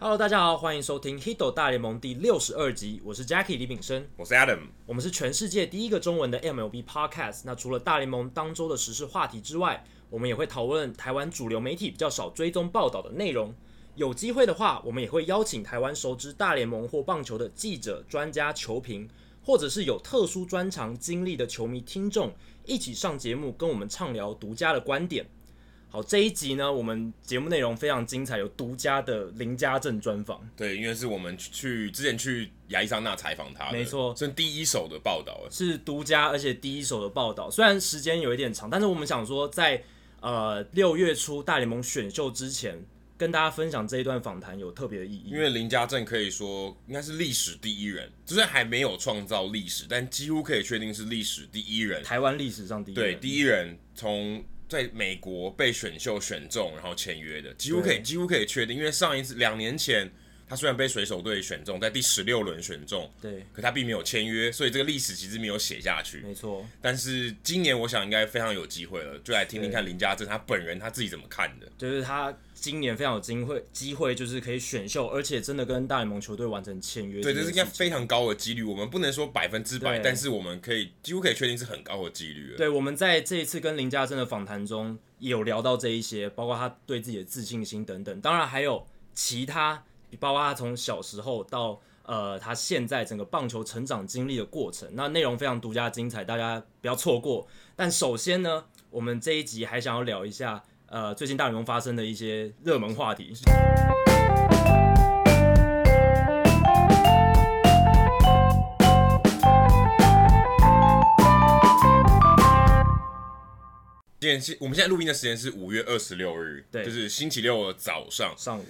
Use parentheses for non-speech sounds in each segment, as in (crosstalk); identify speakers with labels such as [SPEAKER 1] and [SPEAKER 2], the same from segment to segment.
[SPEAKER 1] Hello，大家好，欢迎收听《Hido 大联盟》第六十二集，我是 Jackie 李炳生。
[SPEAKER 2] 我是 Adam，
[SPEAKER 1] 我们是全世界第一个中文的 MLB Podcast。那除了大联盟当周的时事话题之外，我们也会讨论台湾主流媒体比较少追踪报道的内容。有机会的话，我们也会邀请台湾熟知大联盟或棒球的记者、专家、球评，或者是有特殊专长经历的球迷听众，一起上节目跟我们畅聊独家的观点。好，这一集呢，我们节目内容非常精彩，有独家的林家正专访。
[SPEAKER 2] 对，因为是我们去去之前去亚利桑那采访他的，
[SPEAKER 1] 没错
[SPEAKER 2] 是第一手的报道。
[SPEAKER 1] 是独家而且第一手的报道。虽然时间有一点长，但是我们想说在，呃六月初大联盟选秀之前，跟大家分享这一段访谈有特别的意义。
[SPEAKER 2] 因为林家正可以说应该是历史第一人，就是还没有创造历史，但几乎可以确定是历史第一人。
[SPEAKER 1] 台湾历史上第一
[SPEAKER 2] 对，
[SPEAKER 1] 人，
[SPEAKER 2] 第一人从在美国被选秀选中，然后签约的，几乎可以
[SPEAKER 1] 对
[SPEAKER 2] 几乎可以确定，因为上一次两年前他虽然被水手队选中，在第十六轮选中，
[SPEAKER 1] 对，
[SPEAKER 2] 可他并没有签约，所以这个历史其实没有写下去。
[SPEAKER 1] 没错。
[SPEAKER 2] 但是今年我想应该非常有机会了，就来听听看林家正他本人他自己怎么看的。
[SPEAKER 1] 就是他今年非常有机会，机会就是可以选秀，而且真的跟大联盟球队完成签约。
[SPEAKER 2] 对，这是应该
[SPEAKER 1] 件事情。
[SPEAKER 2] 非常高的几率，我们不能说百分之百，
[SPEAKER 1] 对
[SPEAKER 2] 但是我们可以几乎可以确定是很高的几率了。
[SPEAKER 1] 对，我们在这一次跟林家正的访谈中也有聊到这一些，包括他对自己的自信心等等，当然还有其他，包括他从小时候到呃他现在整个棒球成长经历的过程。那内容非常独家精彩，大家不要错过。但首先呢，我们这一集还想要聊一下呃最近大联盟发生的一些热门话题。
[SPEAKER 2] 今天是我们现在录音的时间是五月二十六日，
[SPEAKER 1] 对
[SPEAKER 2] 就是星期六的早上。
[SPEAKER 1] 上午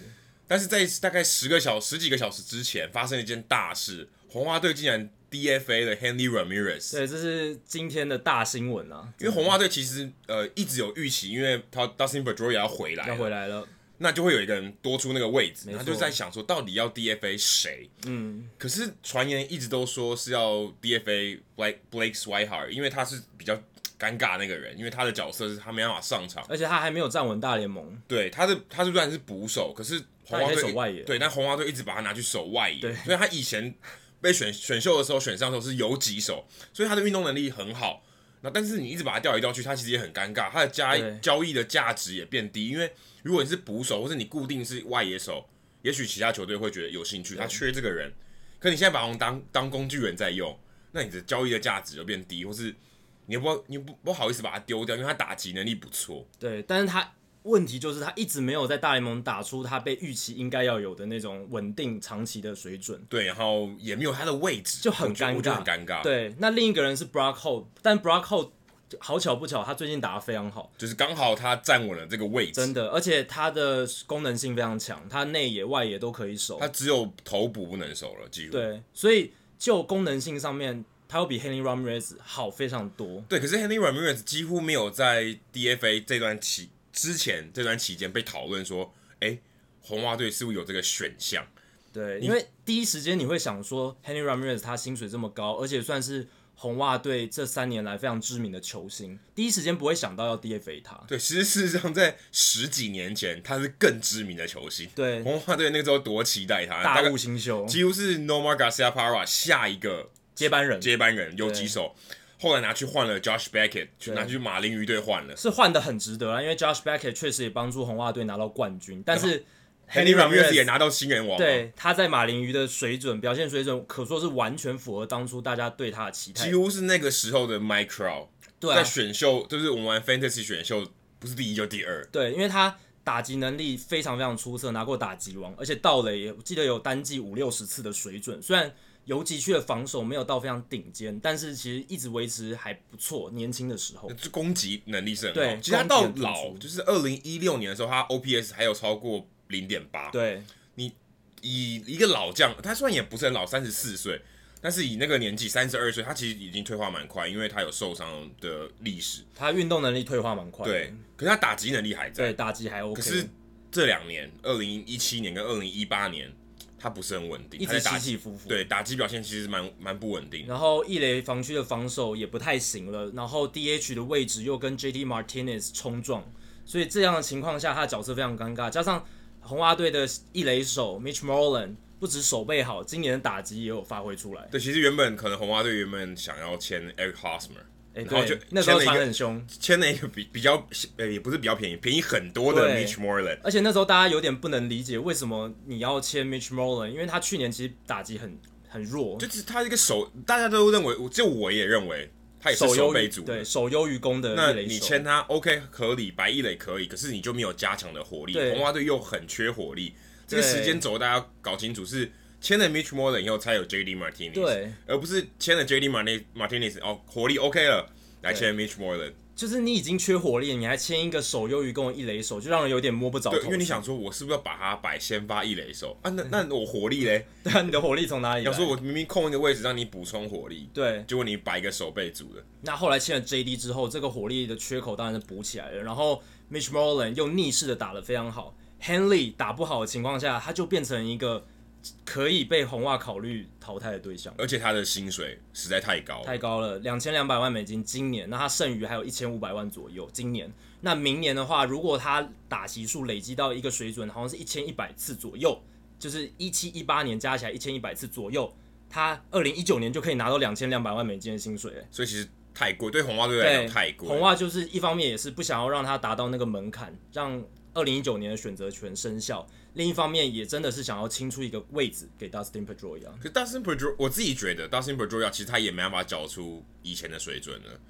[SPEAKER 2] 但是在大概十个小十几个小时之前，发生了一件大事，红袜队竟然 DFA 了 Henry Ramirez。
[SPEAKER 1] 对，这是今天的大新闻啊，
[SPEAKER 2] 因为红袜队其实呃一直有预期，因为他 Dustin Pedroia 要回来了，
[SPEAKER 1] 要回来了，
[SPEAKER 2] 那就会有一个人多出那个位置
[SPEAKER 1] 没，错
[SPEAKER 2] 他就在想说到底要 DFA 谁？
[SPEAKER 1] 嗯，
[SPEAKER 2] 可是传言一直都说是要 DFA Blake Blake Swihart，因为他是比较尴尬那个人，因为他的角色是他没办法上场，
[SPEAKER 1] 而且他还没有站稳大联盟，
[SPEAKER 2] 对他的他虽然是捕手，可是红袜
[SPEAKER 1] 嗯他也可以
[SPEAKER 2] 队
[SPEAKER 1] 守外野
[SPEAKER 2] 对，但红袜队一直把他拿去守外野
[SPEAKER 1] 对，
[SPEAKER 2] 所以他以前被选选秀的时候选上的时候是游击手，所以他的运动能力很好。那但是你一直把他调来调去，他其实也很尴尬，他的加
[SPEAKER 1] 对
[SPEAKER 2] 交易的价值也变低，因为如果你是捕手或是你固定是外野手，也许其他球队会觉得有兴趣，他缺这个人，可你现在把他们当当工具人在用，那你的交易的价值就变低，或是你又不你又不不好意思把他丢掉，因为他打击能力不错。
[SPEAKER 1] 对，但是他问题就是他一直没有在大联盟打出他被预期应该要有的那种稳定长期的水准。
[SPEAKER 2] 对，然后也没有他的位置，
[SPEAKER 1] 就很
[SPEAKER 2] 我觉得
[SPEAKER 1] 尴尬
[SPEAKER 2] 我觉得很尴尬。，
[SPEAKER 1] 对，那另一个人是 Brock Holt，但 Brock Holt 好巧不巧，他最近打得非常好，
[SPEAKER 2] 就是刚好他站稳了这个位置，
[SPEAKER 1] 真的，而且他的功能性非常强，他内野外野都可以守
[SPEAKER 2] 他。只有头部不能守了，几乎。
[SPEAKER 1] 对，所以就功能性上面，他要比 Henry Ramirez 好非常多。
[SPEAKER 2] 对，可是 Henry Ramirez 几乎没有在 DFA 这段期之前这段期间被讨论说，哎，红袜队是不是有这个选项？
[SPEAKER 1] 对，因为第一时间你会想说，Henry Ramirez 他薪水这么高，而且算是红袜队这三年来非常知名的球星，第一时间不会想到要 DFA 他。
[SPEAKER 2] 对，其实事实上在十几年前他是更知名的球星，
[SPEAKER 1] 对，
[SPEAKER 2] 红袜队那个时候多期待他，
[SPEAKER 1] 大
[SPEAKER 2] 概
[SPEAKER 1] 物新秀
[SPEAKER 2] 几乎是 Nomar Garcia Parra 下一个
[SPEAKER 1] 接班人
[SPEAKER 2] 接班人游击手，后来拿去换了 Josh Beckett，去
[SPEAKER 1] 对
[SPEAKER 2] 拿去马林鱼队换了。
[SPEAKER 1] 是换的很值得啊，因为 Josh Beckett 确实也帮助红袜队拿到冠军，但是
[SPEAKER 2] Henry Ramirez
[SPEAKER 1] Ramirez
[SPEAKER 2] 也拿到新人王，，啊
[SPEAKER 1] 对他在马林鱼的水准表现水准，可说是完全符合当初大家对他的期待
[SPEAKER 2] 几。乎是那个时候的 Mike Trout，、
[SPEAKER 1] 对啊
[SPEAKER 2] 在，选秀，就是我们玩 Fantasy 选秀，不是第一就第二，
[SPEAKER 1] 对，因为他打击能力非常非常出色，拿过打击王，而且盗垒也我记得有单季五六十次的水准。虽然游击区的防守没有到非常顶尖，但是其实一直维持还不错。年轻的时候，
[SPEAKER 2] 就攻击能力是很
[SPEAKER 1] 对
[SPEAKER 2] 好。其实他到
[SPEAKER 1] 攻击很突
[SPEAKER 2] 老，
[SPEAKER 1] 出
[SPEAKER 2] 就是二零一六年的时候，他 OPS 还有超过零点八，
[SPEAKER 1] 对
[SPEAKER 2] 以一个老将，他虽然也不是很老，三十四岁。但是以那个年纪，三十二岁，他其实已经退化蛮快，因为他有受伤的历史。
[SPEAKER 1] 他运动能力退化蛮快的，
[SPEAKER 2] 对，可是他打击能力还在。
[SPEAKER 1] 对，打击还 OK。
[SPEAKER 2] 可是这两年，二零一七年跟二零一八年，他不是很稳定，
[SPEAKER 1] 一
[SPEAKER 2] 他
[SPEAKER 1] 直
[SPEAKER 2] 在打
[SPEAKER 1] 起
[SPEAKER 2] 击
[SPEAKER 1] 起伏伏，
[SPEAKER 2] 对打击表现其实蛮蛮不稳定的。
[SPEAKER 1] 然后一垒防区的防守也不太行了，然后 DH 的位置又跟 JD Martinez 冲撞，所以这样的情况下，他的角色非常尴尬。加上红袜队的一垒手 Mitch Moreland 不止手背好，今年的打击也有发挥出来。
[SPEAKER 2] 对，其实原本可能红袜队原本想要签 Eric Hosmer，
[SPEAKER 1] 哎，
[SPEAKER 2] 然后就
[SPEAKER 1] 对，那时候
[SPEAKER 2] 签了一个
[SPEAKER 1] 传很凶，
[SPEAKER 2] 签了一个比比较呃也不是比较便宜，便宜很多的
[SPEAKER 1] 对
[SPEAKER 2] Mitch Moreland。
[SPEAKER 1] 而且那时候大家有点不能理解为什么你要签 Mitch Moreland，因为他去年其实打击很很弱，
[SPEAKER 2] 就是他这个手，大家都认为，我就我也认为他也是
[SPEAKER 1] 手
[SPEAKER 2] 手
[SPEAKER 1] 优于
[SPEAKER 2] 背组的
[SPEAKER 1] 对手优于攻的
[SPEAKER 2] 那
[SPEAKER 1] 一垒手。
[SPEAKER 2] 你签他 OK 合理，白一磊可以，可是你就没有加强的火力，
[SPEAKER 1] 对
[SPEAKER 2] 红袜队又很缺火力。这个
[SPEAKER 1] 对
[SPEAKER 2] 时间轴大家要搞清楚，是签了 Mitch Moreland 以后才有 JD Martinez，
[SPEAKER 1] 对，
[SPEAKER 2] 而不是签了 JD Martinez Martinez 哦火力 OK 了，来签 Mitch Moreland。
[SPEAKER 1] 就是你已经缺火力，你还签一个手优于攻的一垒手，就让人有点摸不着头
[SPEAKER 2] 对，
[SPEAKER 1] 绪。
[SPEAKER 2] 因为你想说，我是不是要把他摆先发一垒手啊？那
[SPEAKER 1] 嗯
[SPEAKER 2] 那我火力
[SPEAKER 1] (laughs)
[SPEAKER 2] 嘞？
[SPEAKER 1] 对啊，你的火力从哪里来？
[SPEAKER 2] 想说我明明空一个位置让你补充火力，
[SPEAKER 1] 对，
[SPEAKER 2] 结果你摆一个手背组的，
[SPEAKER 1] 那后来签了 JD 之后，这个火力的缺口当然是补起来了。然后 Mitch Moreland 又逆势的打得非常好，Henley 打不好的情况下，他就变成一个可以被红袜考虑淘汰的对象。
[SPEAKER 2] 而且他的薪水实在太高了，
[SPEAKER 1] 太高了，两千两百万美金今年，那他剩余还有一千五百万左右。今年，那明年的话，如果他打席数累积到一个水准，好像是一千一百次左右，就是一七一八年加起来一千一百次左右，他二零一九年就可以拿到两千两百万美金的薪水了。
[SPEAKER 2] 所以其实太贵，对红袜队来
[SPEAKER 1] 对，
[SPEAKER 2] 讲太贵。
[SPEAKER 1] 红袜就是一方面也是不想要让他达到那个门槛，让二零一九年的选择权生效；另一方面也真的是想要清出一个位置给 Dustin Pedroia。
[SPEAKER 2] 可是 Dustin p e d r o 我自己觉得 Dustin p e d r o 其实他也没办法缴出以前的水准了。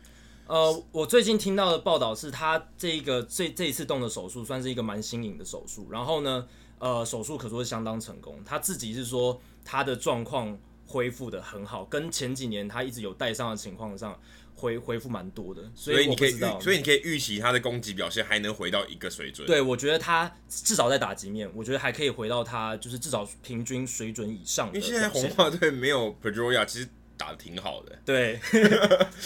[SPEAKER 1] 呃，我最近听到的报道是他这个这这一次动的手术算是一个蛮新颖的手术，然后呢，呃，手术可说是相当成功。他自己是说他的状况恢复的很好，跟前几年他一直有带伤的情况上恢恢复蛮多的，所
[SPEAKER 2] 所以
[SPEAKER 1] 我不
[SPEAKER 2] 你可以
[SPEAKER 1] 知道
[SPEAKER 2] 预，。所以你可以预期他的攻击表现还能回到一个水准。，
[SPEAKER 1] 对，我觉得他至少在打击面，我觉得还可以回到他就是至少平均水准以上的
[SPEAKER 2] 因为
[SPEAKER 1] 表
[SPEAKER 2] 现
[SPEAKER 1] 现。
[SPEAKER 2] 在红袜队没有 p e d r o 其实打的挺好的。
[SPEAKER 1] 对， (laughs)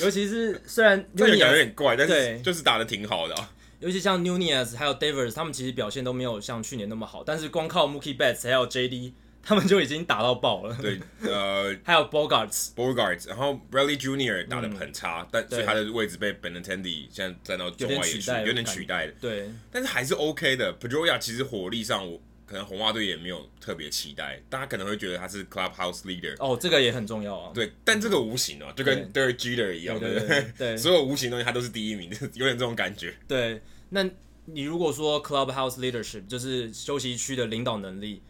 [SPEAKER 1] 尤其是虽然
[SPEAKER 2] 这个
[SPEAKER 1] Nunez-
[SPEAKER 2] 感觉有点怪，但是
[SPEAKER 1] 对
[SPEAKER 2] 就是打的挺好的、啊。
[SPEAKER 1] 尤其像 Nunez 还有 Davis，他们其实表现都没有像去年那么好，但是光靠 Mookie Betts 还有 JD，他们就已经打到爆了。
[SPEAKER 2] 对，呃
[SPEAKER 1] 还有 Bogarts，
[SPEAKER 2] ，Bogarts，然后 Bradley
[SPEAKER 1] 嗯
[SPEAKER 2] Junior 打的很差，但所以他的位置被 Benintendi 现在站到中外野
[SPEAKER 1] 有点取
[SPEAKER 2] 区
[SPEAKER 1] 代，
[SPEAKER 2] 有点取代的，
[SPEAKER 1] 对
[SPEAKER 2] 但是还是 OK 的。p e d r o 其实火力上我。可能红袜队也没有特别期待，大家可能会觉得他是 clubhouse leader，
[SPEAKER 1] 哦，这个也很重要啊。
[SPEAKER 2] 对，但这个无形啊，就跟 Derek Jeter 一样，
[SPEAKER 1] 对
[SPEAKER 2] 对不
[SPEAKER 1] 对
[SPEAKER 2] 对？
[SPEAKER 1] 对
[SPEAKER 2] (laughs) 所有无形东西它都是第一名， (laughs) 有点这种感觉。
[SPEAKER 1] 对，那你如果说 Clubhouse leadership 就是休息区的领导能力，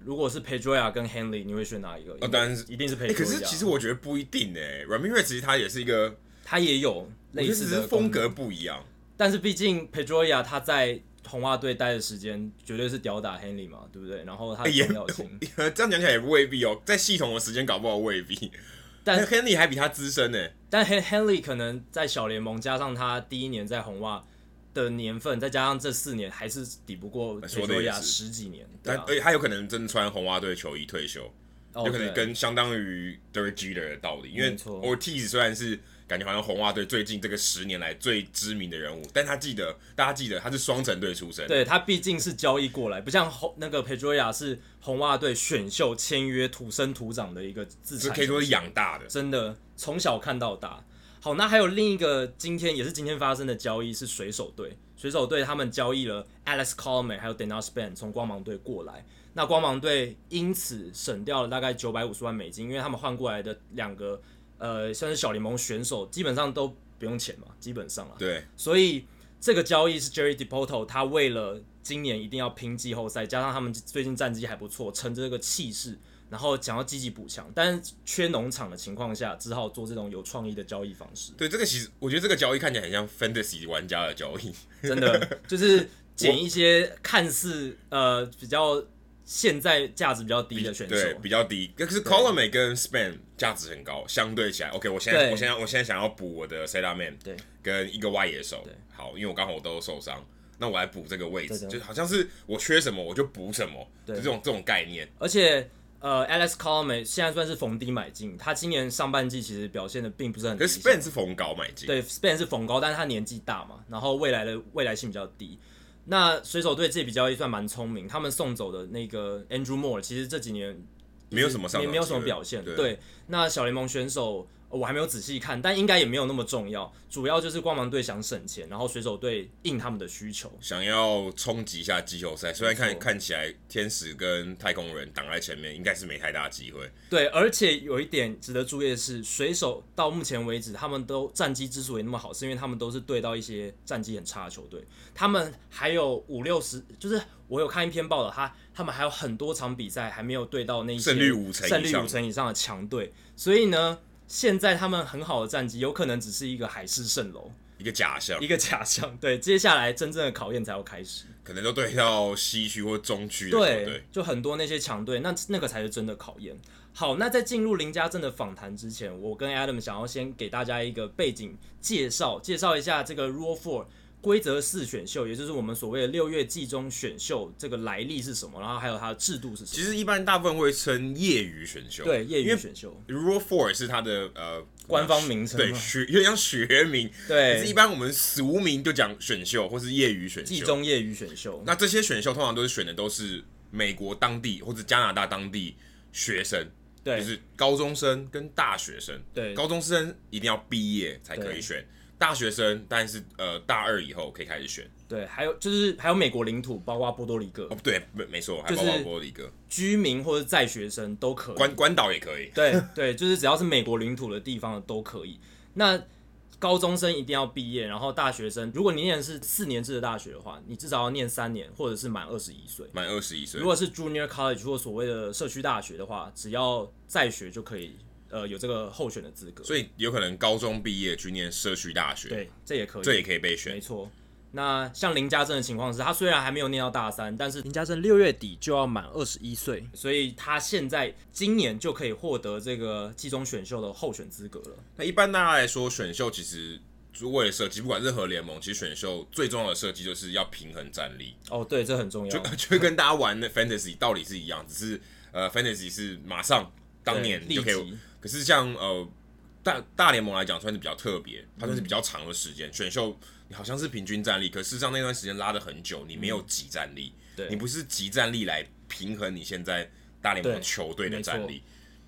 [SPEAKER 1] 如果是 Pedroia 跟 Henley，你会选哪一个？
[SPEAKER 2] 哦当然是
[SPEAKER 1] 一定是 Pedroia、
[SPEAKER 2] 哎，可是其实我觉得不一定诶 r a m i r e 其实他也是一个，
[SPEAKER 1] 他也有
[SPEAKER 2] 我觉
[SPEAKER 1] 类
[SPEAKER 2] 得
[SPEAKER 1] 似
[SPEAKER 2] 只
[SPEAKER 1] 的
[SPEAKER 2] 是
[SPEAKER 1] 功能，
[SPEAKER 2] 风格不一样。
[SPEAKER 1] 但是毕竟 Pedroia 他在红袜队待的时间绝对是吊打 Henley 嘛，对不对？然后他的
[SPEAKER 2] 哎也
[SPEAKER 1] 重要性。
[SPEAKER 2] (laughs) 这样讲起来也未必哦，在系统的时间搞不好未必。
[SPEAKER 1] 但
[SPEAKER 2] (laughs) Henry 还比他资深呢，
[SPEAKER 1] 但 Hen Henley 可能在小联盟加上他第一年在红袜的年份，再加上这四年，还是抵不过
[SPEAKER 2] 哎说
[SPEAKER 1] 佩
[SPEAKER 2] 得
[SPEAKER 1] 多
[SPEAKER 2] 也
[SPEAKER 1] 亚
[SPEAKER 2] 是
[SPEAKER 1] 十几年。对
[SPEAKER 2] 但
[SPEAKER 1] 啊
[SPEAKER 2] 而，且他有可能真穿红袜队球衣退休，
[SPEAKER 1] 哦
[SPEAKER 2] 有可能
[SPEAKER 1] 对
[SPEAKER 2] 跟相当于 Derek Jeter 的道理，因为
[SPEAKER 1] 没错
[SPEAKER 2] Ortiz 虽然是感觉好像红袜队最近这个十年来最知名的人物，但他记得大家记得他是双城队出身，
[SPEAKER 1] 对他毕竟是交易过来，不像红那个佩多亚是红袜队选秀签约土生土长的一个自
[SPEAKER 2] 这
[SPEAKER 1] 产，
[SPEAKER 2] 可以说是养大的。
[SPEAKER 1] 真的从小看到大。好，那还有另一个今天也是今天发生的交易是水手队，水手队他们交易了 Alex Coleman 还有 Denas Ben 从光芒队过来，那光芒队因此省掉了大概九百五十万美金，因为他们换过来的两个呃算是小联盟选手，基本上都不用钱嘛，基本上啊，
[SPEAKER 2] 对，
[SPEAKER 1] 所以这个交易是 Jerry Depoto 他为了今年一定要拼季后赛，加上他们最近战绩还不错，趁着这个气势，然后想要积极补强，但是缺农场的情况下，只好做这种有创意的交易方
[SPEAKER 2] (laughs)。
[SPEAKER 1] 式
[SPEAKER 2] 对，这个其实我觉得这个交易看起来很像 Fantasy 玩家的交易，
[SPEAKER 1] 真的就是捡一些看似呃比较现在价值比较低的选
[SPEAKER 2] 对，
[SPEAKER 1] 手。
[SPEAKER 2] 比较低。可是 Column 跟 Span 价值很高，相对起来，OK，我现在
[SPEAKER 1] 对
[SPEAKER 2] 我现在我现在想要补我的 s e t a Man，
[SPEAKER 1] 对，
[SPEAKER 2] 跟一个外野手
[SPEAKER 1] 对，
[SPEAKER 2] 好，因为我刚好我都受伤，那我来补这个位
[SPEAKER 1] 对
[SPEAKER 2] 置，
[SPEAKER 1] 的
[SPEAKER 2] 就好像是我缺什么我就补什么，就
[SPEAKER 1] 对
[SPEAKER 2] 这种这种概念。
[SPEAKER 1] 而且呃，Alex Colomay 现在算是逢低买进，他今年上半季其实表现的并不是很理
[SPEAKER 2] 可是
[SPEAKER 1] 想。
[SPEAKER 2] Span 是逢高买进，
[SPEAKER 1] 对，Span 是逢高，但是他年纪大嘛，然后未来的未来性比较低。那水手队这笔交易算蛮聪明，他们送走的那个 Andrew Moore，其实这几年
[SPEAKER 2] 没有什么上场
[SPEAKER 1] 也
[SPEAKER 2] 机会，
[SPEAKER 1] 没有什么表现。
[SPEAKER 2] 对，
[SPEAKER 1] 那小联盟选手呃我还没有仔细看，但应该也没有那么重要。主要就是光芒队想省钱，然后水手队应他们的需求。
[SPEAKER 2] 想要冲击一下季后赛，虽然
[SPEAKER 1] 没
[SPEAKER 2] 看
[SPEAKER 1] 错
[SPEAKER 2] 看起来天使跟太空人挡在前面，应该是没太大机会。
[SPEAKER 1] 对，而且有一点值得注意的是，水手到目前为止，他们都战绩之所以那么好，是因为他们都是对到一些战绩很差的球队。他们还有五六十，就是我有看一篇报道，他他们还有很多场比赛还没有对到那些
[SPEAKER 2] 胜率五成以上
[SPEAKER 1] 胜率五成以上的强队。所以呢，现在他们很好的战绩，有可能只是一个海市蜃楼，
[SPEAKER 2] 一个假象，
[SPEAKER 1] 一个假象。对，接下来真正的考验才要开始。
[SPEAKER 2] 可能都对到西区或中区的球
[SPEAKER 1] 对
[SPEAKER 2] 队。，
[SPEAKER 1] 就很多那些强队，那那个才是真的考验。好，那在进入林家正的访谈之前，我跟 Adam 想要先给大家一个背景介绍，介绍一下这个 Rule Four 规则四选秀，也就是我们所谓的六月季中选秀这个来历是什么，然后还有它的制度是什
[SPEAKER 2] 其
[SPEAKER 1] 么。
[SPEAKER 2] 实一般大部分会称业余选秀，
[SPEAKER 1] 对，业
[SPEAKER 2] 因
[SPEAKER 1] 余
[SPEAKER 2] 为
[SPEAKER 1] 选秀，
[SPEAKER 2] Rule Four 是它的呃
[SPEAKER 1] 官方名称
[SPEAKER 2] 对
[SPEAKER 1] 吗哎
[SPEAKER 2] 学有点像学名，可是一
[SPEAKER 1] 对，
[SPEAKER 2] 般我们俗名就讲选秀或是业余选
[SPEAKER 1] 季
[SPEAKER 2] 秀。
[SPEAKER 1] 中业余选秀，
[SPEAKER 2] 那这些选秀通常都是选的都是美国当地或者加拿大当地学生，就
[SPEAKER 1] 对
[SPEAKER 2] 是高中生跟大学生。
[SPEAKER 1] 对
[SPEAKER 2] 高中生一定要毕业才可以
[SPEAKER 1] 对
[SPEAKER 2] 选，大学生但是呃大二以后可以开始选。
[SPEAKER 1] 对，还有就是还有美国领土，包括波多黎各
[SPEAKER 2] 哦，对，没没错，还
[SPEAKER 1] 就
[SPEAKER 2] 包
[SPEAKER 1] 是
[SPEAKER 2] 括波利哥、
[SPEAKER 1] 居民或者在学生都可以。
[SPEAKER 2] 关关岛也可以。
[SPEAKER 1] 对对，就是只要是美国领土的地方的都可以。那高中生一定要毕业，然后大学生，如果你念的是四年制的大学的话，你至少要念三年，或者是满二十一岁。
[SPEAKER 2] 满二十一岁
[SPEAKER 1] 如，果是 junior college 或所谓的社区大学的话，只要在学就可以，呃，有这个候选的资格。
[SPEAKER 2] 所以有可能高中毕业去念社区大学，
[SPEAKER 1] 对，这也可以，
[SPEAKER 2] 这也可以被选
[SPEAKER 1] 没。错。那像林家正的情况是，他虽然还没有念到大三，但是林家正六月底就要满二十一岁，所以他现在今年就可以获得这个季中选秀的候选资格了。
[SPEAKER 2] 那一般大家来说，选秀其实就为了设计，不管任何联盟，其实选秀最重要的设计就是要平衡战力，
[SPEAKER 1] 哦，对，这很重要。
[SPEAKER 2] 就 (laughs) 就跟大家玩的 fantasy 道理是一样，只是呃 fantasy 是马上当年
[SPEAKER 1] 对
[SPEAKER 2] 就可
[SPEAKER 1] 立
[SPEAKER 2] 以
[SPEAKER 1] 即，
[SPEAKER 2] 可是像呃大大联盟来讲，算是比较特别，
[SPEAKER 1] 嗯
[SPEAKER 2] 它算是比较长的时间。选秀你好像是平均战力，可事实上那段时间拉的很久，你没有集战力，
[SPEAKER 1] 嗯对
[SPEAKER 2] 你不是集战力来平衡你现在大联盟
[SPEAKER 1] 对
[SPEAKER 2] 球队的
[SPEAKER 1] 没错
[SPEAKER 2] 战力。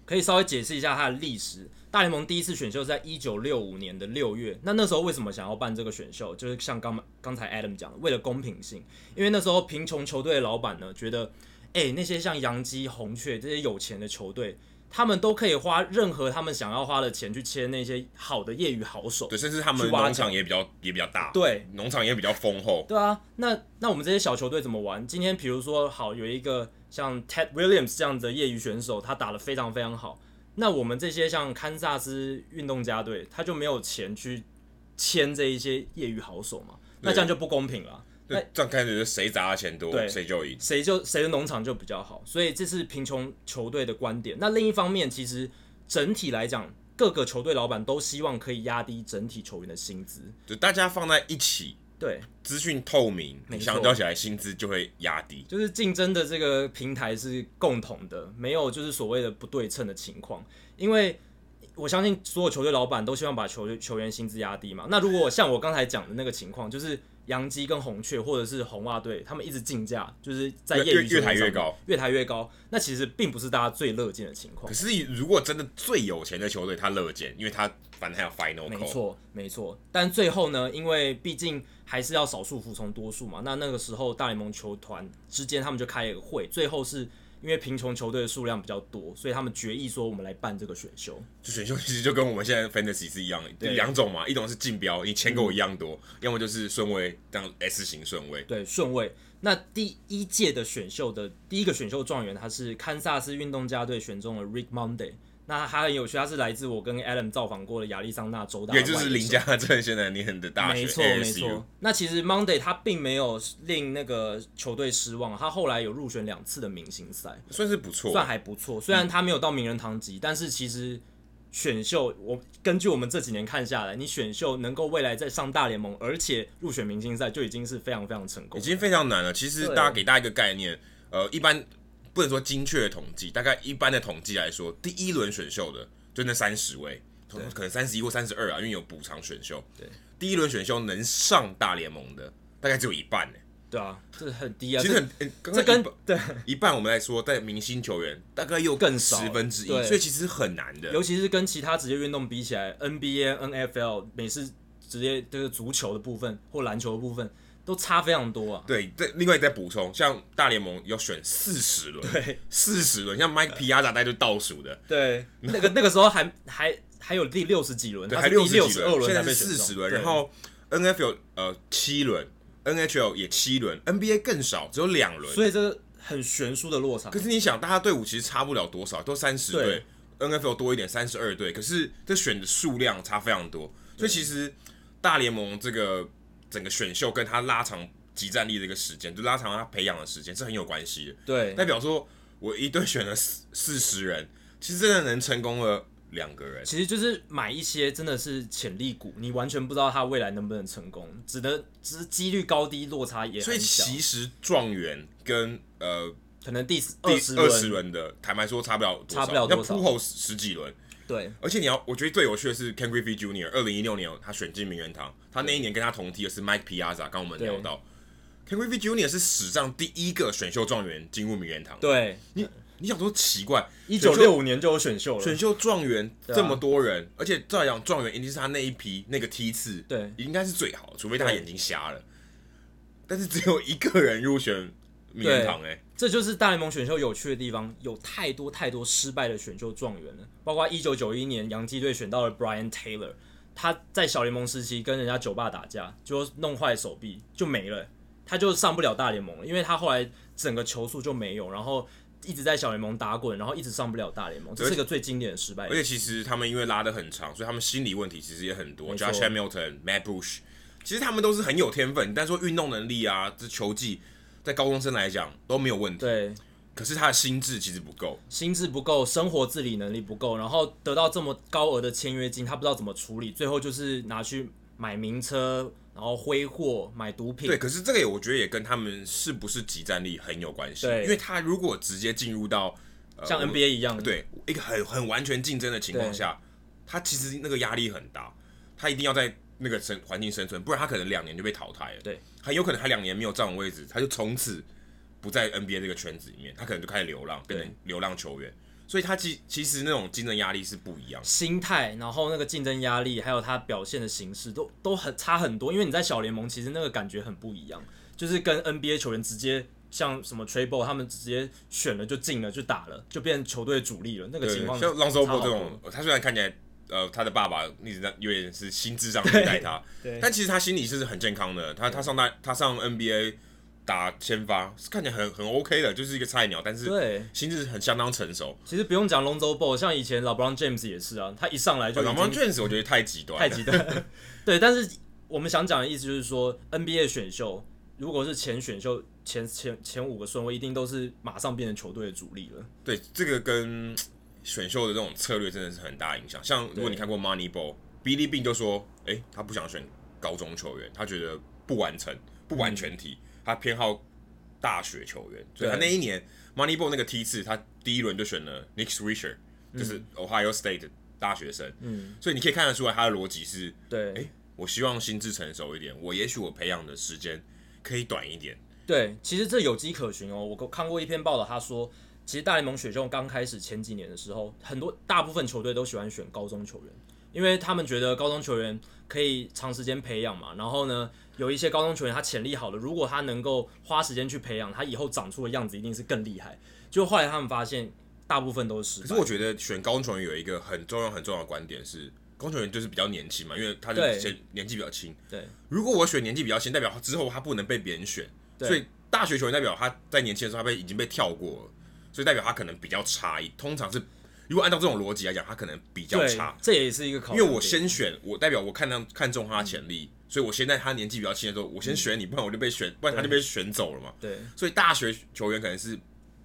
[SPEAKER 1] 可以稍微解释一下它的历史。大联盟第一次选秀是在一九六五年的六月，那那时候为什么想要办这个选秀？就是像刚刚才 Adam 讲的，为了公平性，因为那时候贫穷球队的老板呢觉得，哎、那些像洋基、红雀这些有钱的球队。他们都可以花任何他们想要花的钱去签那些好的业余好手，
[SPEAKER 2] 对，甚至他们
[SPEAKER 1] 去挖
[SPEAKER 2] 农场
[SPEAKER 1] 角
[SPEAKER 2] 也比较也比较大，
[SPEAKER 1] 对，
[SPEAKER 2] 农场也比较丰厚。
[SPEAKER 1] 对啊，那那我们这些小球队怎么玩？今天比如说，好有一个像 Ted Williams 这样子的业余选手，他打得非常非常好。那我们这些像堪萨斯运动家队，他就没有钱去签这一些业余好手嘛？那这样就不公平了。
[SPEAKER 2] 对，这样看起来就是谁砸的钱多，
[SPEAKER 1] 对
[SPEAKER 2] 谁就赢。
[SPEAKER 1] 谁就谁的农场就比较好，所以这是贫穷球队的观点。那另一方面，其实整体来讲，各个球队老板都希望可以压低整体球员的薪资。
[SPEAKER 2] 就大家放在一起，
[SPEAKER 1] 对，
[SPEAKER 2] 资讯透明，
[SPEAKER 1] 没
[SPEAKER 2] 你
[SPEAKER 1] 错
[SPEAKER 2] 相较起来薪资就会压低。
[SPEAKER 1] 就是竞争的这个平台是共同的，没有就是所谓的不对称的情况。因为我相信所有球队老板都希望把球队球员薪资压低嘛。那如果像我刚才讲的那个情况，就是洋基跟红雀或者是红袜队，他们一直竞价，就是在
[SPEAKER 2] 越
[SPEAKER 1] 业余球
[SPEAKER 2] 越
[SPEAKER 1] 场
[SPEAKER 2] 抬越
[SPEAKER 1] 上
[SPEAKER 2] 高，
[SPEAKER 1] 越抬越高。那其实并不是大家最乐见的情况
[SPEAKER 2] 可。是如果真的最有钱的球队，他乐见，因为他反正还有 final
[SPEAKER 1] 没
[SPEAKER 2] call。
[SPEAKER 1] 错，没错。但最后呢，因为毕竟还是要少数服从多数嘛，那那个时候大联盟球团之间他们就开了一个会，最后是因为贫穷球队的数量比较多，所以他们决议说我们来办这个选秀。
[SPEAKER 2] 就选秀其实就跟我们现在 fantasy 是一样的，就
[SPEAKER 1] 对嗯
[SPEAKER 2] 两种嘛，一种是竞标，你钱跟我一样多，要么就是顺位，这样 S 型顺位。
[SPEAKER 1] 对，顺位。那第一届的选秀的第一个选秀状元，他是堪萨斯运动家队选中了 Rick Monday。那他很有趣，他是来自我跟 Adam 造访过的亚利桑那州大的
[SPEAKER 2] 也
[SPEAKER 1] 外野手，
[SPEAKER 2] 就是林家正现在念的大学
[SPEAKER 1] 没错，没错
[SPEAKER 2] ASU，。
[SPEAKER 1] 那其实 Monday 他并没有令那个球队失望，他后来有入选两次的明星赛，
[SPEAKER 2] 算是不错。
[SPEAKER 1] 算还不错。虽然他没有到名人堂级，但是其实选秀，我根据我们这几年看下来，你选秀能够未来再上大联盟，而且入选明星赛，就已经是非常非常成功
[SPEAKER 2] 已。经非常难了。其实
[SPEAKER 1] 对啊
[SPEAKER 2] 大家给大家一个概念，呃，一般不能说精确的统计，大概一般的统计来说，第一轮选秀的就那三十位，可能三十一或三十二啊，因为有补偿选秀。
[SPEAKER 1] 对，
[SPEAKER 2] 第一轮选秀能上大联盟的大概只有一半呢、欸
[SPEAKER 1] 对啊，这很低啊，
[SPEAKER 2] 其实很，欸刚
[SPEAKER 1] 这这
[SPEAKER 2] 刚
[SPEAKER 1] 跟
[SPEAKER 2] 一半
[SPEAKER 1] 对，
[SPEAKER 2] 一半我们来说，在明星球员大概又
[SPEAKER 1] 更少
[SPEAKER 2] 十分之一，
[SPEAKER 1] 对
[SPEAKER 2] 所以其实很难的。
[SPEAKER 1] 尤其是跟其他职业运动比起来，NBA、NFL 美式职业这个足球的部分或篮球的部分都差非常多啊。
[SPEAKER 2] 对，再另外再补充，像大联盟要选四十轮，
[SPEAKER 1] 对
[SPEAKER 2] 四十轮，像 Mike Piazza 大概就倒数的，
[SPEAKER 1] 对，那个那个时候还还还有第六十几轮，
[SPEAKER 2] 对，
[SPEAKER 1] 他
[SPEAKER 2] 还
[SPEAKER 1] 是第
[SPEAKER 2] 十
[SPEAKER 1] 六
[SPEAKER 2] 几
[SPEAKER 1] 二轮
[SPEAKER 2] 现
[SPEAKER 1] 才
[SPEAKER 2] 在
[SPEAKER 1] 被
[SPEAKER 2] 是
[SPEAKER 1] 选
[SPEAKER 2] 四
[SPEAKER 1] 中
[SPEAKER 2] 十轮，
[SPEAKER 1] 对
[SPEAKER 2] 然后 NFL 呃七轮，NHL 也七轮，NBA 更少，只有两轮。
[SPEAKER 1] 所以这个很悬殊的落差
[SPEAKER 2] 可。是你想，大家队伍其实差不了多少，都三十
[SPEAKER 1] 对
[SPEAKER 2] 队，NFL 多一点，三十二队，可是这选的数量差非常多，所以其实大联盟这个整个选秀跟他拉长集战力的一个时间，就拉长他培养的时间是很有关系的。
[SPEAKER 1] 对
[SPEAKER 2] 代，表说我一队选了四四十人，其实真的能成功了两个人。
[SPEAKER 1] 其实就是买一些真的是潜力股，你完全不知道它未来能不能成功，只能只是几率高低落差也
[SPEAKER 2] 所以
[SPEAKER 1] 很小，
[SPEAKER 2] 其实状元跟呃
[SPEAKER 1] 可能第
[SPEAKER 2] 第
[SPEAKER 1] 二
[SPEAKER 2] 二
[SPEAKER 1] 十
[SPEAKER 2] 十轮的，坦白说差不了多少，
[SPEAKER 1] 差不了多少
[SPEAKER 2] 那 p u o 十几轮，
[SPEAKER 1] 对
[SPEAKER 2] 而且你要，我觉得最有趣的是 Ken Griffey Jr. 二零一六年他选进名人堂，他那一年跟他同梯的是 Mike Piazza，刚刚我们聊到 Ken Griffey Jr. 是史上第一个选秀状元进入名人堂。，
[SPEAKER 1] 对，
[SPEAKER 2] 你你想说奇怪，
[SPEAKER 1] 一九六五年就有选秀了，
[SPEAKER 2] 选秀状元
[SPEAKER 1] 对啊
[SPEAKER 2] 这么多人，而且照样状元一定是他那一批那个梯次，
[SPEAKER 1] 对
[SPEAKER 2] 应该是最好，除非他
[SPEAKER 1] 对
[SPEAKER 2] 眼睛瞎了。但是只有一个人入选名人堂、欸，哎，
[SPEAKER 1] 这就是大联盟选秀有趣的地方，有太多太多失败的选秀状元了，包括一九九一年洋基队选到了 Brian Taylor，他在小联盟时期跟人家酒吧打架，就弄坏手臂就没了，他就上不了大联盟了，因为他后来整个球速就没有，然后一直在小联盟打滚，然后一直上不了大联盟，这是一个最经典的失败
[SPEAKER 2] 而。且其实他们因为拉得很长，所以他们心理问题其实也很多。
[SPEAKER 1] 没错
[SPEAKER 2] Josh Hamilton、Matt Bush，其实他们都是很有天分，但说运动能力啊，这球技，在高中生来讲都没有问题。
[SPEAKER 1] 对，
[SPEAKER 2] 可是他的心智其实不够，
[SPEAKER 1] 心智不够，生活自理能力不够，然后得到这么高额的签约金，他不知道怎么处理，最后就是拿去买名车，然后挥霍、买毒品
[SPEAKER 2] 对，。可是这个也我觉得也跟他们是不是集战力很有关系。
[SPEAKER 1] 对
[SPEAKER 2] 因为他如果直接进入到、呃
[SPEAKER 1] 像
[SPEAKER 2] 我们
[SPEAKER 1] NBA 一样，，
[SPEAKER 2] 对一个很很完全竞争的情况下，他其实那个压力很大，他一定要在那个生环境生存，不然他可能两年就被淘汰了。
[SPEAKER 1] 对，
[SPEAKER 2] 很有可能他两年没有站稳位置，他就从此不在 NBA 这个圈子里面，他可能就开始流浪，变成流浪球员。所以他其其实那种竞争压力是不一样的。
[SPEAKER 1] 心态，然后那个竞争压力，还有他表现的形式，都都很差很多。因为你在小联盟，其实那个感觉很不一样，就是跟 NBA 球员直接像什么 t r a b l e 他们直接选了就进了就打了，就变成球队主力了。那个
[SPEAKER 2] 对
[SPEAKER 1] 情，况
[SPEAKER 2] 像 l o n z o
[SPEAKER 1] 差好
[SPEAKER 2] Ball 这
[SPEAKER 1] 多
[SPEAKER 2] 种，他虽然看起来呃他的爸爸一直在有点是心智上虐待他，
[SPEAKER 1] 对
[SPEAKER 2] 但其实他心里是很健康的。他他上大他上 NBA 打先发，是看起来很很 OK 的，就是一个菜鸟，但是
[SPEAKER 1] 对，
[SPEAKER 2] 心智很相当成熟。
[SPEAKER 1] 其实不用讲 Lonzo Ball，像以前 LeBron James 也是啊，他一上来就已
[SPEAKER 2] 老
[SPEAKER 1] 经
[SPEAKER 2] 方确实我觉得太极端
[SPEAKER 1] 太
[SPEAKER 2] 了，
[SPEAKER 1] 极端。对，但是我们想讲的意思就是说，NBA 选秀如果是前选秀前前前五个顺位，一定都是马上变成球队的主力了。
[SPEAKER 2] 对这个跟嘖选秀的这种策略真的是很大影响。像如果你看过 Moneyball，b i l l y Bean 就说，诶，他不想选高中球员，他觉得不完成、不完全体，他偏好大学球员，所以他
[SPEAKER 1] 对
[SPEAKER 2] 那一年 Moneyball 那个梯次，他第一轮就选了 Nick Swisher，就是 Ohio State 的大学生，
[SPEAKER 1] 嗯，
[SPEAKER 2] 所以你可以看得出来他的逻辑是
[SPEAKER 1] 对，
[SPEAKER 2] 诶我希望心智成熟一点，我也许我培养的时间可以短一点。
[SPEAKER 1] 对，其实这有迹可循哦。我看过一篇报道，他说，其实大联盟选秀刚开始前几年的时候，很多大部分球队都喜欢选高中球员，因为他们觉得高中球员可以长时间培养嘛。然后呢，有一些高中球员他潜力好的，如果他能够花时间去培养，他以后长出的样子一定是更厉害。就后来他们发现，大部分都是
[SPEAKER 2] 可
[SPEAKER 1] 失
[SPEAKER 2] 是
[SPEAKER 1] 败。
[SPEAKER 2] 我觉得选高中球员有一个很重要很重要的观点是，高中球员就是比较年轻嘛，因为他的
[SPEAKER 1] 对
[SPEAKER 2] 年年纪比较轻。
[SPEAKER 1] 对
[SPEAKER 2] 如果我选年纪比较轻，代表之后他不能被别人选，
[SPEAKER 1] 对
[SPEAKER 2] 所以大学球员代表他在年轻的时候他被已经被跳过了，所以代表他可能比较差异。通常是如果按照这种逻辑来讲，他可能比较
[SPEAKER 1] 对哦
[SPEAKER 2] 差，，
[SPEAKER 1] 这也是一个考
[SPEAKER 2] 因
[SPEAKER 1] 量
[SPEAKER 2] 为
[SPEAKER 1] 点。
[SPEAKER 2] 我先选，我代表我看到看中他的潜力，
[SPEAKER 1] 嗯
[SPEAKER 2] 所以我先在他年纪比较轻的时候，我先选你，不然我就被选，不然他就被选走了嘛。
[SPEAKER 1] 对
[SPEAKER 2] 所以大学球员可能是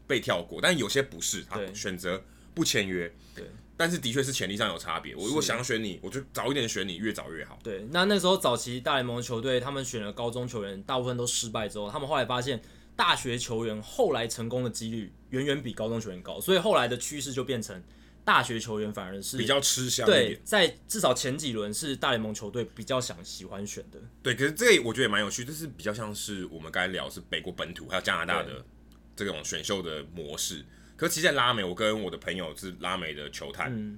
[SPEAKER 2] 被跳过，但有些不是，他
[SPEAKER 1] 对
[SPEAKER 2] 选择不签约。
[SPEAKER 1] 对，
[SPEAKER 2] 但是的确是潜力上有差别。我如果想选你，我就早一点选你，越早越好。
[SPEAKER 1] 对，那那时候早期大联盟球队他们选了高中球员，大部分都失败之后，他们后来发现大学球员后来成功的几率远远比高中球员高，所以后来的趋势就变成大学球员反而是
[SPEAKER 2] 比较吃香一
[SPEAKER 1] 对
[SPEAKER 2] 点。，
[SPEAKER 1] 在至少前几轮是大联盟球队比较想喜欢选的。
[SPEAKER 2] 对，可是这个我觉得也蛮有趣，就是比较像是我们刚才聊是美国本土还有加拿大
[SPEAKER 1] 对
[SPEAKER 2] 的这种选秀的模式。可是其实，在拉美，我跟我的朋友是拉美的球探，
[SPEAKER 1] 嗯，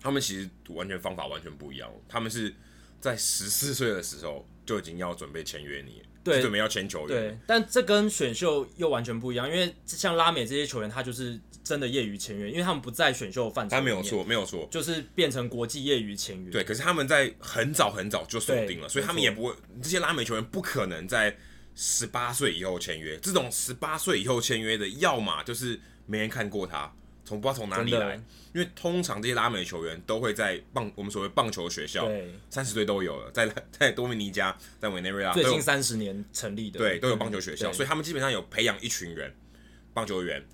[SPEAKER 2] 他们其实完全方法完全不一样。他们是在十四岁的时候就已经要准备签约你，
[SPEAKER 1] 对
[SPEAKER 2] 就准备要签球员。
[SPEAKER 1] 对，但这跟选秀又完全不一样，因为像拉美这些球员，他就是真的业余签约，因为他们不在选秀范畴，
[SPEAKER 2] 他没有，错，没有错。
[SPEAKER 1] 就是变成国际业余签约。
[SPEAKER 2] 对，可是他们在很早很早就锁定了，
[SPEAKER 1] 对
[SPEAKER 2] 所以他们
[SPEAKER 1] 没错
[SPEAKER 2] 也不会，这些拉美球员不可能在十八岁以后签约。这种十八岁以后签约的，要么就是没人看过他，从不知道从哪里
[SPEAKER 1] 真的
[SPEAKER 2] 来，因为通常这些拉美球员都会在棒我们所谓棒球学校，
[SPEAKER 1] 对，
[SPEAKER 2] 三十岁都有了，在在多米尼加，在委内瑞啊拉都
[SPEAKER 1] 最
[SPEAKER 2] 有
[SPEAKER 1] 近三十年成立的，
[SPEAKER 2] 对，都有棒球学校，
[SPEAKER 1] 对
[SPEAKER 2] 所以他们基本上有培养一群人棒球员。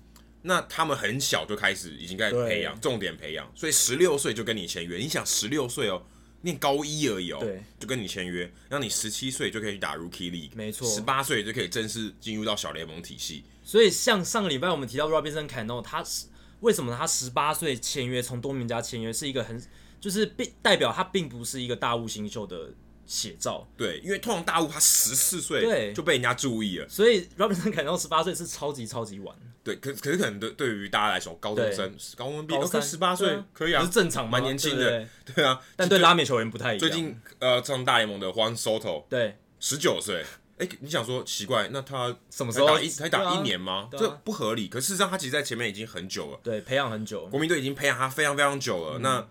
[SPEAKER 2] 那他们很小就开始已经开始培养，重点培养，所以十六岁就跟你签约。你想十六岁哦，念高一而已哦
[SPEAKER 1] 对，
[SPEAKER 2] 就跟你签约，让你十七岁就可以去打 Rookie League，
[SPEAKER 1] 没错
[SPEAKER 2] 十八岁就可以正式进入到小联盟体系。
[SPEAKER 1] 所以像上个礼拜我们提到 Robinson Cano，他是为什么他十八岁签约从多米尼加签约是一个很就是并代表他并不是一个大物新秀的写照，
[SPEAKER 2] 对，因为通常大物他十四岁
[SPEAKER 1] 对
[SPEAKER 2] 就被人家注意了，
[SPEAKER 1] 所以 Robinson Cano 十八岁是超级超级晚，
[SPEAKER 2] 对，可可是可能对对于大家来说，高中
[SPEAKER 1] 对
[SPEAKER 2] 生高中毕
[SPEAKER 1] 高
[SPEAKER 2] 业
[SPEAKER 1] 三
[SPEAKER 2] 十八岁可以啊
[SPEAKER 1] 不是，正常吗
[SPEAKER 2] 蛮年轻的
[SPEAKER 1] 对不对
[SPEAKER 2] 对啊。
[SPEAKER 1] 但对拉美球员不太一样。
[SPEAKER 2] 最近呃，上大联盟的 Juan Soto
[SPEAKER 1] 对
[SPEAKER 2] 十九岁，哎、你想说奇怪，那他
[SPEAKER 1] 什么
[SPEAKER 2] 才
[SPEAKER 1] 时候
[SPEAKER 2] 打一才打
[SPEAKER 1] 对啊
[SPEAKER 2] 一年吗？
[SPEAKER 1] 对啊
[SPEAKER 2] 这不合理。可事实上，他其实在前面已经很久了，
[SPEAKER 1] 对培养很久，
[SPEAKER 2] 国民队已经培养他非常非常久
[SPEAKER 1] 嗯
[SPEAKER 2] 了。那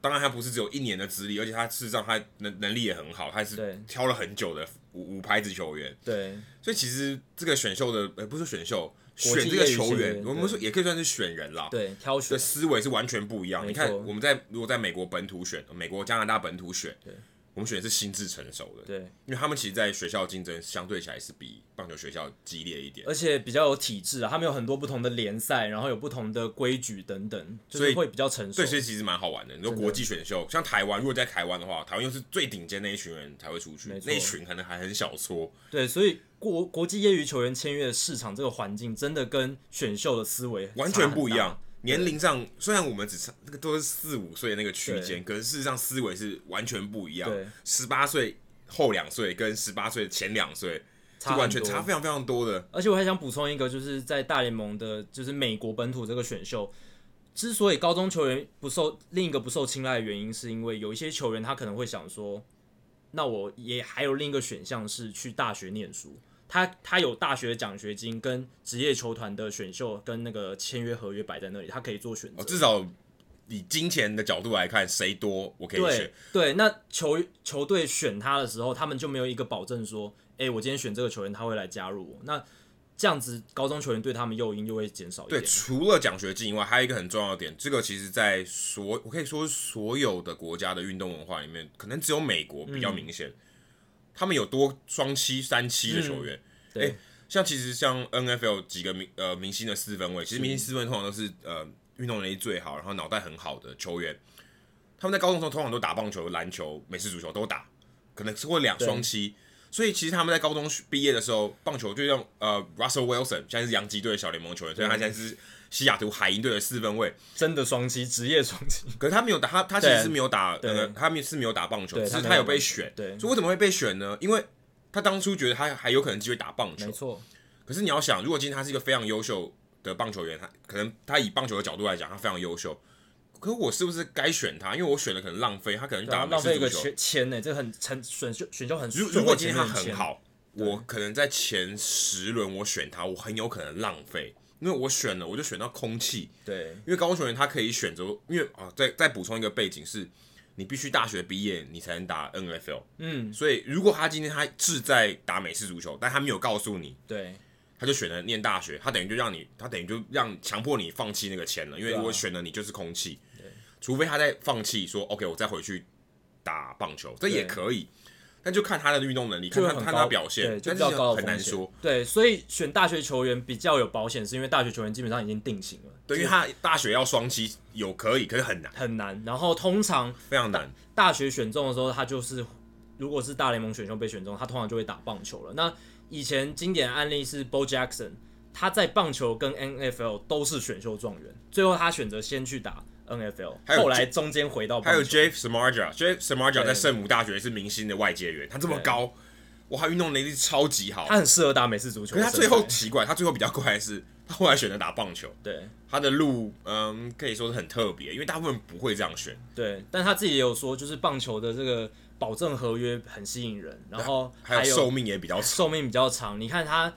[SPEAKER 2] 当然，他不是只有一年的资历，而且他事实上他能能力也很好，他
[SPEAKER 1] 对
[SPEAKER 2] 是挑了很久的五五牌子球员。
[SPEAKER 1] 对
[SPEAKER 2] 所以其实这个选秀的，呃，不是选秀，
[SPEAKER 1] 国际
[SPEAKER 2] 选这个
[SPEAKER 1] 业余
[SPEAKER 2] 球
[SPEAKER 1] 球
[SPEAKER 2] 员，
[SPEAKER 1] 员
[SPEAKER 2] 我们
[SPEAKER 1] 对
[SPEAKER 2] 说也可以算是选人啦。
[SPEAKER 1] 对挑选
[SPEAKER 2] 的思维是完全不一样。你
[SPEAKER 1] 没
[SPEAKER 2] 看，
[SPEAKER 1] 错
[SPEAKER 2] 我们在如果在美国本土选，美国、加拿大本土选
[SPEAKER 1] 对，
[SPEAKER 2] 我们选的是心智成熟的，
[SPEAKER 1] 对，
[SPEAKER 2] 因为他们其实，在学校竞争相对起来是比棒球学校激烈一点。
[SPEAKER 1] 而且比较有体制啊，他们有很多不同的联赛，然后有不同的规矩等等，就
[SPEAKER 2] 所
[SPEAKER 1] 是
[SPEAKER 2] 以
[SPEAKER 1] 会比较成熟
[SPEAKER 2] 所以。其实其实蛮好玩的。你说
[SPEAKER 1] 真的
[SPEAKER 2] 国际选秀，像台湾，如果在台湾的话，台湾又是最顶尖那一群人才会出去
[SPEAKER 1] 没，错
[SPEAKER 2] 那一群可能还很小撮。
[SPEAKER 1] 对，所以国国际业余球员签约的市场这个环境，真的跟选秀的思维
[SPEAKER 2] 完
[SPEAKER 1] 差
[SPEAKER 2] 全
[SPEAKER 1] 很
[SPEAKER 2] 不一
[SPEAKER 1] 大
[SPEAKER 2] 样。。年龄上，虽然我们只差那个都是四五岁那个区间，可是事实上思维是完全不一样
[SPEAKER 1] 对。
[SPEAKER 2] 十八岁后两岁跟十八岁前两岁是
[SPEAKER 1] 差很
[SPEAKER 2] 完全
[SPEAKER 1] 多
[SPEAKER 2] 差非常非常多的。
[SPEAKER 1] 而且我还想补充一个，就是在大联盟的，就是美国本土这个选秀，之所以高中球员不受另一个不受青睐的原因，是因为有一些球员他可能会想说，那我也还有另一个选项是去大学念书。他他有大学的奖学金跟职业球团的选秀跟那个签约合约摆在那里，他可以做选择。
[SPEAKER 2] 哦，至少以金钱的角度来看，谁多我可以选
[SPEAKER 1] 对。对，那球球队选他的时候，他们就没有一个保证说，哎、我今天选这个球员，他会来加入我。那这样子，高中球员对他们诱因就会减少一
[SPEAKER 2] 对，
[SPEAKER 1] 点。
[SPEAKER 2] 除了奖学金以外，还有一个很重要的点，这个其实在所我可以说是所有的国家的运动文化里面，可能只有美国比较明显，他们有多双七、三七的球员。
[SPEAKER 1] 对
[SPEAKER 2] 诶像其实像 N F L 几个明呃明星的四分位，其实明星四分通常都是呃运动能力最好，然后脑袋很好的球员。他们在高中的时候通常都打棒球、篮球、美式足球都打，可能是会两
[SPEAKER 1] 对
[SPEAKER 2] 双七。所以其实他们在高中毕业的时候，棒球就像呃 Russell Wilson 现在是洋基队的小联盟球员，所
[SPEAKER 1] 嗯
[SPEAKER 2] 以他现在是西雅图海鹰队的四分位。
[SPEAKER 1] 真的双击，职业双击，
[SPEAKER 2] 可是他没有打，他他其实
[SPEAKER 1] 对
[SPEAKER 2] 是没有打，
[SPEAKER 1] 对
[SPEAKER 2] 呃，他们是没有打棒球，
[SPEAKER 1] 对
[SPEAKER 2] 只是
[SPEAKER 1] 他没
[SPEAKER 2] 他
[SPEAKER 1] 有
[SPEAKER 2] 有被
[SPEAKER 1] 打
[SPEAKER 2] 选。
[SPEAKER 1] 对
[SPEAKER 2] 所以为什么会被选呢？因为他当初觉得他还有可能机会打棒球
[SPEAKER 1] 没，错，
[SPEAKER 2] 可是你要想，如果今天他是一个非常优秀的棒球员，他可能他以棒球的角度来讲，他非常优秀。可我是不是该选他？因为我选了可能浪费，他可能
[SPEAKER 1] 对啊
[SPEAKER 2] 打
[SPEAKER 1] 浪费一个
[SPEAKER 2] 美式足球
[SPEAKER 1] 签签呢，这很成选秀选秀很
[SPEAKER 2] 如
[SPEAKER 1] 最
[SPEAKER 2] 如果
[SPEAKER 1] 后
[SPEAKER 2] 今
[SPEAKER 1] 前
[SPEAKER 2] 天他
[SPEAKER 1] 面的
[SPEAKER 2] 很
[SPEAKER 1] 签，
[SPEAKER 2] 好，我可能在前十轮我选他，我很有可能浪费，因为我选了我就选到空气，
[SPEAKER 1] 对
[SPEAKER 2] 因为高中球员他可以选择，因为啊，再再补充一个背景是，你必须大学毕业你才能打 NFL，
[SPEAKER 1] 嗯
[SPEAKER 2] 所以如果他今天他志在打美式足球，但他没有告诉你，
[SPEAKER 1] 对
[SPEAKER 2] 他就选了念大学，他等于就让你，他等于就让强迫你放弃那个签了，因为
[SPEAKER 1] 对啊
[SPEAKER 2] 如果选了你就是空气，除非他再放弃说 OK，我再回去打棒球，这也可以，但就看他的运动能力，看
[SPEAKER 1] 就
[SPEAKER 2] 他
[SPEAKER 1] 有很
[SPEAKER 2] 看
[SPEAKER 1] 高
[SPEAKER 2] 他表现
[SPEAKER 1] 对，就
[SPEAKER 2] 但
[SPEAKER 1] 比
[SPEAKER 2] 是
[SPEAKER 1] 较高的
[SPEAKER 2] 很难
[SPEAKER 1] 风险
[SPEAKER 2] 说，。
[SPEAKER 1] 对，所以选大学球员比较有保险，是因为大学球员基本上已经定型了，
[SPEAKER 2] 对，因为他大学要双七有可以，可是很难，
[SPEAKER 1] 很难。然后通常
[SPEAKER 2] 非常难。
[SPEAKER 1] 大学选中的时候，他就是如果是大联盟选秀被选中，他通常就会打棒球了。那以前经典案例是 Bo Jackson，他在棒球跟 NFL 都是选秀状元，最后他选择先去打 NFL，
[SPEAKER 2] 还有
[SPEAKER 1] 后来中间回到棒
[SPEAKER 2] 还
[SPEAKER 1] 球
[SPEAKER 2] 有 Jeff Samarja，Jeff Samarja
[SPEAKER 1] 对
[SPEAKER 2] 在圣母大学是明星的外接员，他这么
[SPEAKER 1] 对
[SPEAKER 2] 高，哇，他运动能力超级好
[SPEAKER 1] 他。很适合打美式足球
[SPEAKER 2] 可
[SPEAKER 1] 的
[SPEAKER 2] 是他
[SPEAKER 1] 身材。
[SPEAKER 2] 最后奇怪，他最后比较怪的是，他后来选择打棒球，
[SPEAKER 1] 对
[SPEAKER 2] 他的路嗯可以说是很特别，因为大部分人不会这样选。
[SPEAKER 1] 对，但他自己也有说，就是棒球的这个保证合约很吸引人，然后
[SPEAKER 2] 还有寿命也比较长。
[SPEAKER 1] (laughs) 寿命比较长。你看他，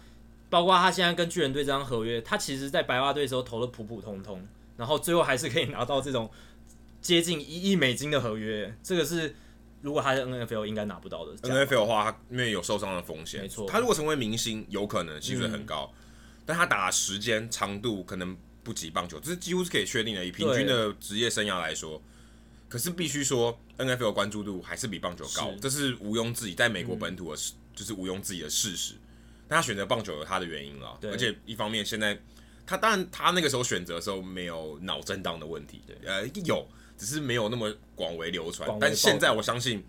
[SPEAKER 1] 包括他现在跟巨人队这张合约，他其实在白袜队的时候投的普普通通，然后最后还是可以拿到这种接近一亿美金的合约，这个是如果他在 NFL 应该拿不到的。
[SPEAKER 2] NFL 的话，因为有受伤的风险，
[SPEAKER 1] 没错
[SPEAKER 2] 他如果成为明星，有可能薪水很
[SPEAKER 1] 嗯
[SPEAKER 2] 高，但他打的时间长度可能不及棒球，这是几乎是可以确定的。以平均的职业生涯来说，可是必须说 NFL 的关注度还是比棒球高
[SPEAKER 1] 是，
[SPEAKER 2] 这是毋庸置疑，在美国本土的事，就是毋庸置疑的事实。但他选择棒球有他的原因了，
[SPEAKER 1] 对
[SPEAKER 2] 而且一方面现在他当然他那个时候选择的时候没有脑震荡的问题，呃，有，只是没有那么广为流传
[SPEAKER 1] 广。为
[SPEAKER 2] 但现
[SPEAKER 1] 报
[SPEAKER 2] 在我相信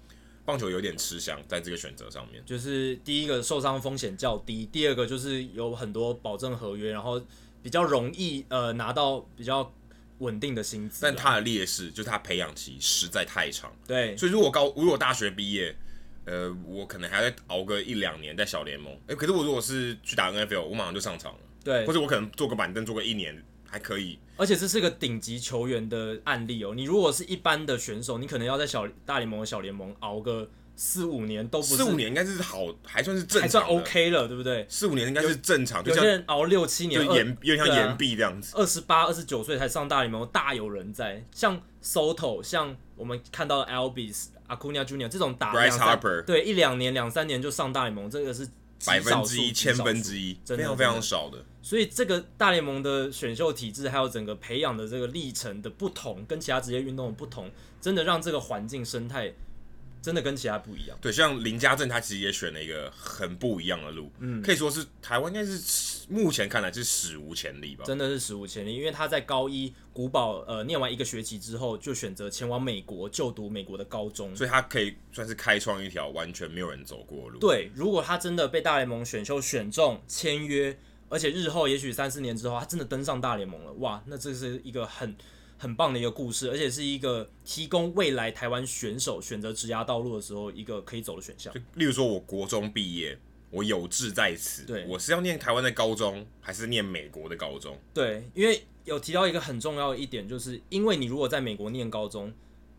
[SPEAKER 2] 棒球有点吃香，在这个选择上
[SPEAKER 1] 啊
[SPEAKER 2] 面，
[SPEAKER 1] 就是第一个受伤风险较低，第二个就是有很多保证合约，然后比较容易呃拿到比较稳定的薪资啊。
[SPEAKER 2] 但他的劣势就是他培养期实在太长，
[SPEAKER 1] 对
[SPEAKER 2] 所以如果高如果大学毕业，呃，我可能还要熬个一两年在小联盟，哎、可是我如果是去打 NFL，我马上就上场了，
[SPEAKER 1] 对
[SPEAKER 2] 或，者我可能坐个板凳坐个一年还可以，
[SPEAKER 1] 而且这是个顶级球员的案例哦。你如果是一般的选手，你可能要在小大联盟的小联盟熬个四五年都不是
[SPEAKER 2] 四五年应该是好，还算是正
[SPEAKER 1] 还
[SPEAKER 2] 常
[SPEAKER 1] 算
[SPEAKER 2] 的
[SPEAKER 1] OK 了，对不对？
[SPEAKER 2] 四五年应该是正常，就
[SPEAKER 1] 有
[SPEAKER 2] 像
[SPEAKER 1] 些人熬六七年，啊
[SPEAKER 2] 就岩有点像岩壁这样子。
[SPEAKER 1] 二十八、二十九岁才上大联盟，大有人在。像 Soto，像我们看到的 Albis、Acuna Junior 这种打
[SPEAKER 2] Bryce
[SPEAKER 1] 两三
[SPEAKER 2] Harper
[SPEAKER 1] 对一两年、两三年就上大联盟，这个是极
[SPEAKER 2] 百分
[SPEAKER 1] 少
[SPEAKER 2] 之
[SPEAKER 1] 数
[SPEAKER 2] 一、
[SPEAKER 1] 极
[SPEAKER 2] 千
[SPEAKER 1] 少
[SPEAKER 2] 分
[SPEAKER 1] 数
[SPEAKER 2] 之一，
[SPEAKER 1] 真
[SPEAKER 2] 非
[SPEAKER 1] 的
[SPEAKER 2] 常非常少的。
[SPEAKER 1] 所以这个大联盟的选秀体制，还有整个培养的这个历程的不同，跟其他职业运动的不同，真的让这个环境生态真的跟其他不一样。
[SPEAKER 2] 对，像林家正他其实也选了一个很不一样的路，
[SPEAKER 1] 嗯
[SPEAKER 2] 可以说是台湾应该是目前看来是史无前例吧。
[SPEAKER 1] 真的是史无前例，因为他在高一古堡呃念完一个学期之后，就选择前往美国就读美国的高中。
[SPEAKER 2] 所以他可以算是开创一条完全没有人走过的路。，
[SPEAKER 1] 对，如果他真的被大联盟选秀选中签约，而且日后也许三四年之后，他真的登上大联盟了，哇，那这是一个很很棒的一个故事，而且是一个提供未来台湾选手选择职涯道路的时候一个可以走的选项。
[SPEAKER 2] 例如说，我国中毕业，我有志在此，
[SPEAKER 1] 对
[SPEAKER 2] 我是要念台湾的高中，还是念美国的高中？
[SPEAKER 1] 对，因为有提到一个很重要的一点，就是因为你如果在美国念高中，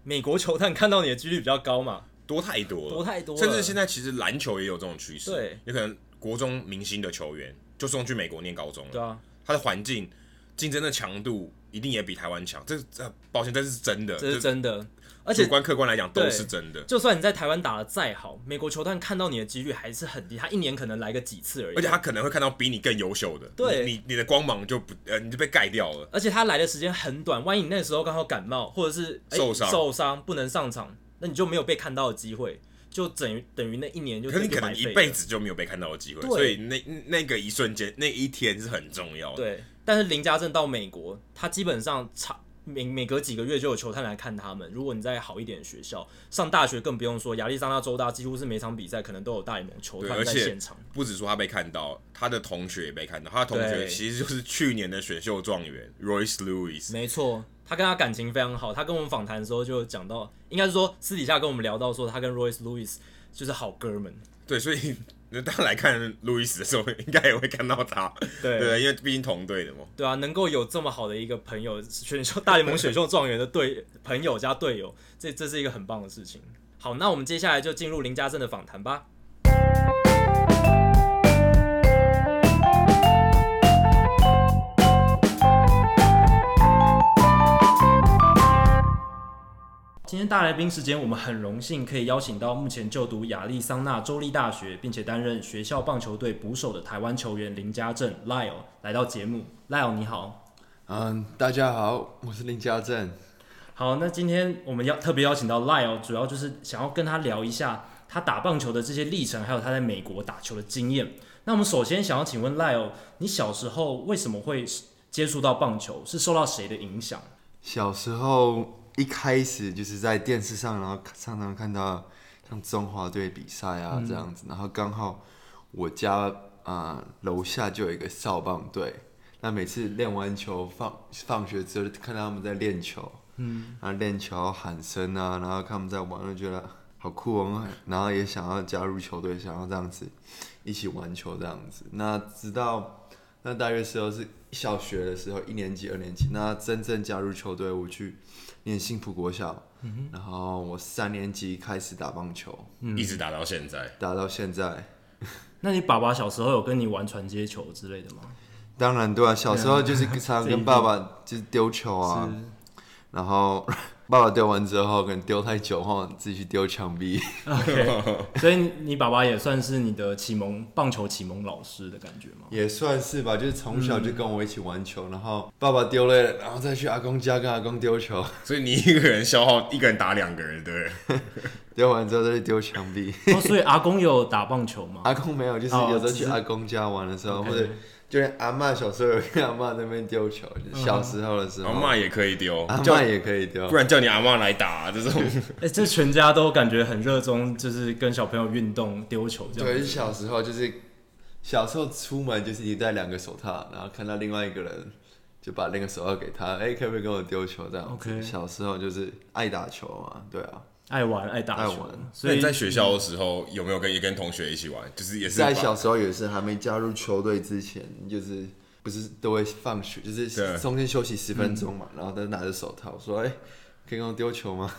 [SPEAKER 1] 美国球探看到你的几率比较高嘛，
[SPEAKER 2] 多太多了，
[SPEAKER 1] 多太多了
[SPEAKER 2] 甚至现在其实篮球也有这种趋势，
[SPEAKER 1] 对，
[SPEAKER 2] 有可能国中明星的球员就送去美国念高中了，
[SPEAKER 1] 对啊，
[SPEAKER 2] 它的环境竞争的强度一定也比台湾强，这这抱歉，这是真的，
[SPEAKER 1] 这是真的。而
[SPEAKER 2] 这
[SPEAKER 1] 且
[SPEAKER 2] 主观客观来讲都
[SPEAKER 1] 对
[SPEAKER 2] 是真的。
[SPEAKER 1] 就算你在台湾打的再好，美国球探看到你的几率还是很低，他一年可能来个几次而已。
[SPEAKER 2] 而且他可能会看到比你更优秀的，
[SPEAKER 1] 对
[SPEAKER 2] 你你你的光芒就不呃，你就被盖掉了。
[SPEAKER 1] 而且他来的时间很短，万一你那时候刚好感冒，或者是、哎
[SPEAKER 2] 受伤
[SPEAKER 1] 受伤不能上场，那你就没有被看到的机会，就等于等于那一年就
[SPEAKER 2] 可是你
[SPEAKER 1] 就
[SPEAKER 2] 可能
[SPEAKER 1] 白
[SPEAKER 2] 一
[SPEAKER 1] 费了
[SPEAKER 2] 辈子就没有被看到的机会，
[SPEAKER 1] 对
[SPEAKER 2] 所以那那个一瞬间，那一天是很重要的。
[SPEAKER 1] 对，但是林家正到美国，他基本上差每每隔几个月就有球探来看他们。如果你在好一点的学校，上大学更不用说，亚利桑那州大几乎是每场比赛可能都有大联盟球
[SPEAKER 2] 对，
[SPEAKER 1] 探
[SPEAKER 2] 而
[SPEAKER 1] 在
[SPEAKER 2] 且
[SPEAKER 1] 现场。
[SPEAKER 2] 不止说他被看到，他的同学也被看到，他的同学
[SPEAKER 1] 对
[SPEAKER 2] 其实就是去年的选秀状元 Royce Lewis。
[SPEAKER 1] 没错，他跟他感情非常好。他跟我们访谈的时候就讲到，应该是说私底下跟我们聊到说，他跟 Royce Lewis 就是好哥们。
[SPEAKER 2] 对，所以大家来看 Lewis 的时候，应该也会看到他。
[SPEAKER 1] 对
[SPEAKER 2] 对，因为毕竟同队的嘛。
[SPEAKER 1] 对啊，能够有这么好的一个朋友，选秀大联盟选秀状元的队朋友加队友，这这是一个很棒的事情。好，那我们接下来就进入林家正的访谈吧。今天大来宾时间，我们很荣幸可以邀请到目前就读亚利桑那州立大学，并且担任学校棒球队捕手的台湾球员林家正 Lyle 来到节目。Lyle 你好，
[SPEAKER 3] 嗯，大家好，我是林家正。
[SPEAKER 1] 好，那今天我们要特别邀请到 Lyle，主要就是想要跟他聊一下他打棒球的这些历程，还有他在美国打球的经验。那我们首先想要请问 Lyle，你小时候为什么会接触到棒球？是受到谁的影响？
[SPEAKER 3] 小时候一开始就是在电视上，然后常常看到像中华队比赛啊这样子，然后刚好我家啊楼下就有一个少棒队，那每次练完球放放学之后，就看到他们在练球，嗯，然后练球喊声啊，然后看他们在玩，就觉得好酷哦，然后也想要加入球队，想要这样子一起玩球这样子。那直到那大约时候是小学的时候，一年级、二年级，那真正加入球队，我去念幸福国小，然后我三年级开始打棒球，
[SPEAKER 2] 一直打到现在。
[SPEAKER 3] 打到现在。
[SPEAKER 1] 那你爸爸小时候有跟你玩传接球之类的
[SPEAKER 3] (laughs)
[SPEAKER 1] 吗？
[SPEAKER 3] 当然对啊，小时候就是常常跟爸爸就是丢球啊，然后 (laughs) 爸爸丢完之后可能丢太久后自己去丢墙壁。 (laughs)
[SPEAKER 1] OK，所以你爸爸也算是你的启蒙棒球启蒙老师的感觉吗？
[SPEAKER 3] 也算是吧，就是从小就跟我一起玩球，然后爸爸丢了，然后再去阿公家跟阿公丢球，
[SPEAKER 2] 所以你一个人消耗，一个人打两个人，对不对？
[SPEAKER 3] 丢完之后再去丢墙壁。
[SPEAKER 1] 哦，所以阿公有打棒球吗？
[SPEAKER 3] (laughs) 阿公没有，就是
[SPEAKER 1] 哦
[SPEAKER 3] 有时候
[SPEAKER 1] 只
[SPEAKER 3] 去
[SPEAKER 1] 是
[SPEAKER 3] 阿公家玩的时候，
[SPEAKER 1] OK
[SPEAKER 3] 或者就连阿嬷小时候有跟阿嬷在那边丢球，
[SPEAKER 1] 嗯
[SPEAKER 3] 就是小时候的时候，
[SPEAKER 2] 阿嬷也可以丢，
[SPEAKER 3] 阿
[SPEAKER 2] 叫
[SPEAKER 3] 嬷也可以丢
[SPEAKER 2] 不。然叫你阿嬷来打、这种。
[SPEAKER 1] 哎、这全家都感觉很热衷，就是跟小朋友运动、丢球这
[SPEAKER 3] 对，
[SPEAKER 1] 样
[SPEAKER 3] 就
[SPEAKER 1] 子。
[SPEAKER 3] 是小时候就是小时候出门就是你戴两个手套，然后看到另外一个人就把那个手套给他，哎、可不可以跟我丢球这样子
[SPEAKER 1] OK
[SPEAKER 3] 小时候就是爱打球嘛，对啊，
[SPEAKER 1] 爱玩爱打
[SPEAKER 3] 爱
[SPEAKER 1] 球
[SPEAKER 3] 玩，哎
[SPEAKER 1] 所
[SPEAKER 2] 那
[SPEAKER 1] 以
[SPEAKER 2] 你在学校的时候有没有跟也跟同学一起玩？就是也是
[SPEAKER 3] 在
[SPEAKER 2] 把
[SPEAKER 3] 小时候也是还没加入球队之前，就是不是都会放学，就是
[SPEAKER 2] 对
[SPEAKER 3] 中间休息十分钟嘛，然后都拿着手套说，哎、可以跟我丢球吗？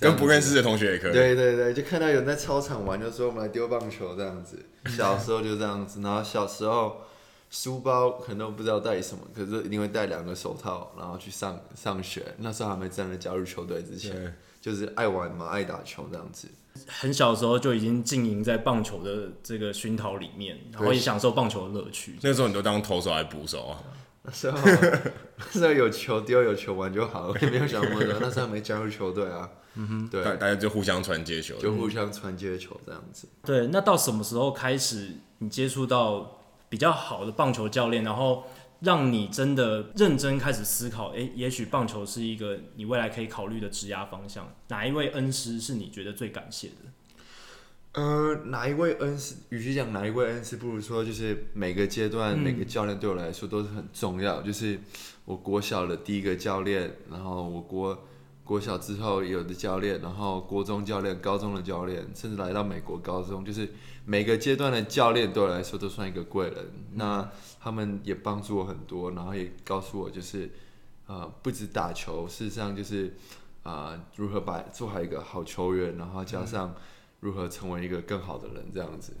[SPEAKER 2] 跟不认识的同学也可以。
[SPEAKER 3] 对对对，就看到有人在操场玩，就说我们来丢棒球这样子。小时候就这样子，然后小时候书包可能都不知道带什么，可是一定会带两个手套，然后去上上学。那时候还没真的加入球队之
[SPEAKER 2] 对
[SPEAKER 3] 前，就是爱玩嘛，爱打球这样子。
[SPEAKER 1] 很小的时候就已经经营在棒球的这个熏陶里面，然后也享受棒球的乐趣。
[SPEAKER 2] 那时候你都当投手还是捕手啊？
[SPEAKER 3] 那时候那时候有球丢有球玩就好，我也没有想那么多。那时候还没加入球队啊，对，
[SPEAKER 2] 大大家就互相传接球。
[SPEAKER 3] 就互相传接球这样子。
[SPEAKER 1] 对，那到什么时候开始你接触到比较好的棒球教练，然后让你真的认真开始思考，诶、也许棒球是一个你未来可以考虑的职涯方向。哪一位恩师是你觉得最感谢的？
[SPEAKER 3] 呃，哪一位恩师？与其讲哪一位恩师，不如说就是每个阶段、每个教练对我来说都是很重要。就是我国小的第一个教练，然后我国国小之后有的教练，然后国中教练、高中的教练，甚至来到美国高中，就是每个阶段的教练对我来说都算一个贵人。那他们也帮助我很多，然后也告诉我就是，呃，不止打球，事实上就是啊、呃如何把做好一个好球员，然后加上。如何成为一个更好的人这样子。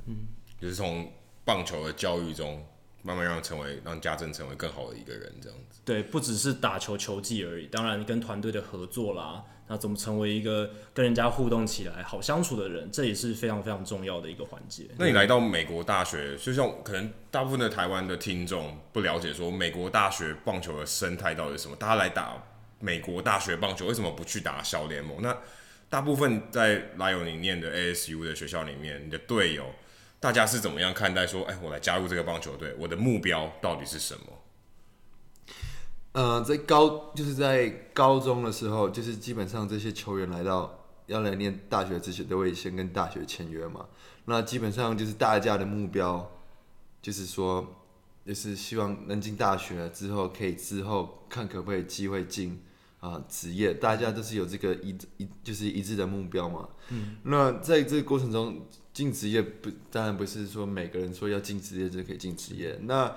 [SPEAKER 2] 就是从棒球的教育中，慢慢让成为让家政成为更好的一个人，这样子。
[SPEAKER 1] 对，不只是打球球技而已，当然跟团队的合作啦，那怎么成为一个跟人家互动起来好相处的人，这也是非常非常重要的一个环节。
[SPEAKER 2] 那你来到美国大学，就像可能大部分的台湾的听众不了解说美国大学棒球的生态到底是什么，大家来打美国大学棒球为什么不去打小联盟？那大部分在莱有你念的 ASU 的学校里面，你的队友大家是怎么样看待说，哎，我来加入这个棒球队，我的目标到底是什么？
[SPEAKER 3] 呃，在高就是在高中的时候，就是基本上这些球员来到要来念大学之前，都会先跟大学签约嘛。那基本上就是大家的目标，就是说，就是希望能进大学之后，可以之后看可不可以机会进啊职、业，大家都是有这个一一就是一致的目标嘛。嗯，那在这个过程中进职业不当然不是说每个人说要进职业就可以进职业，那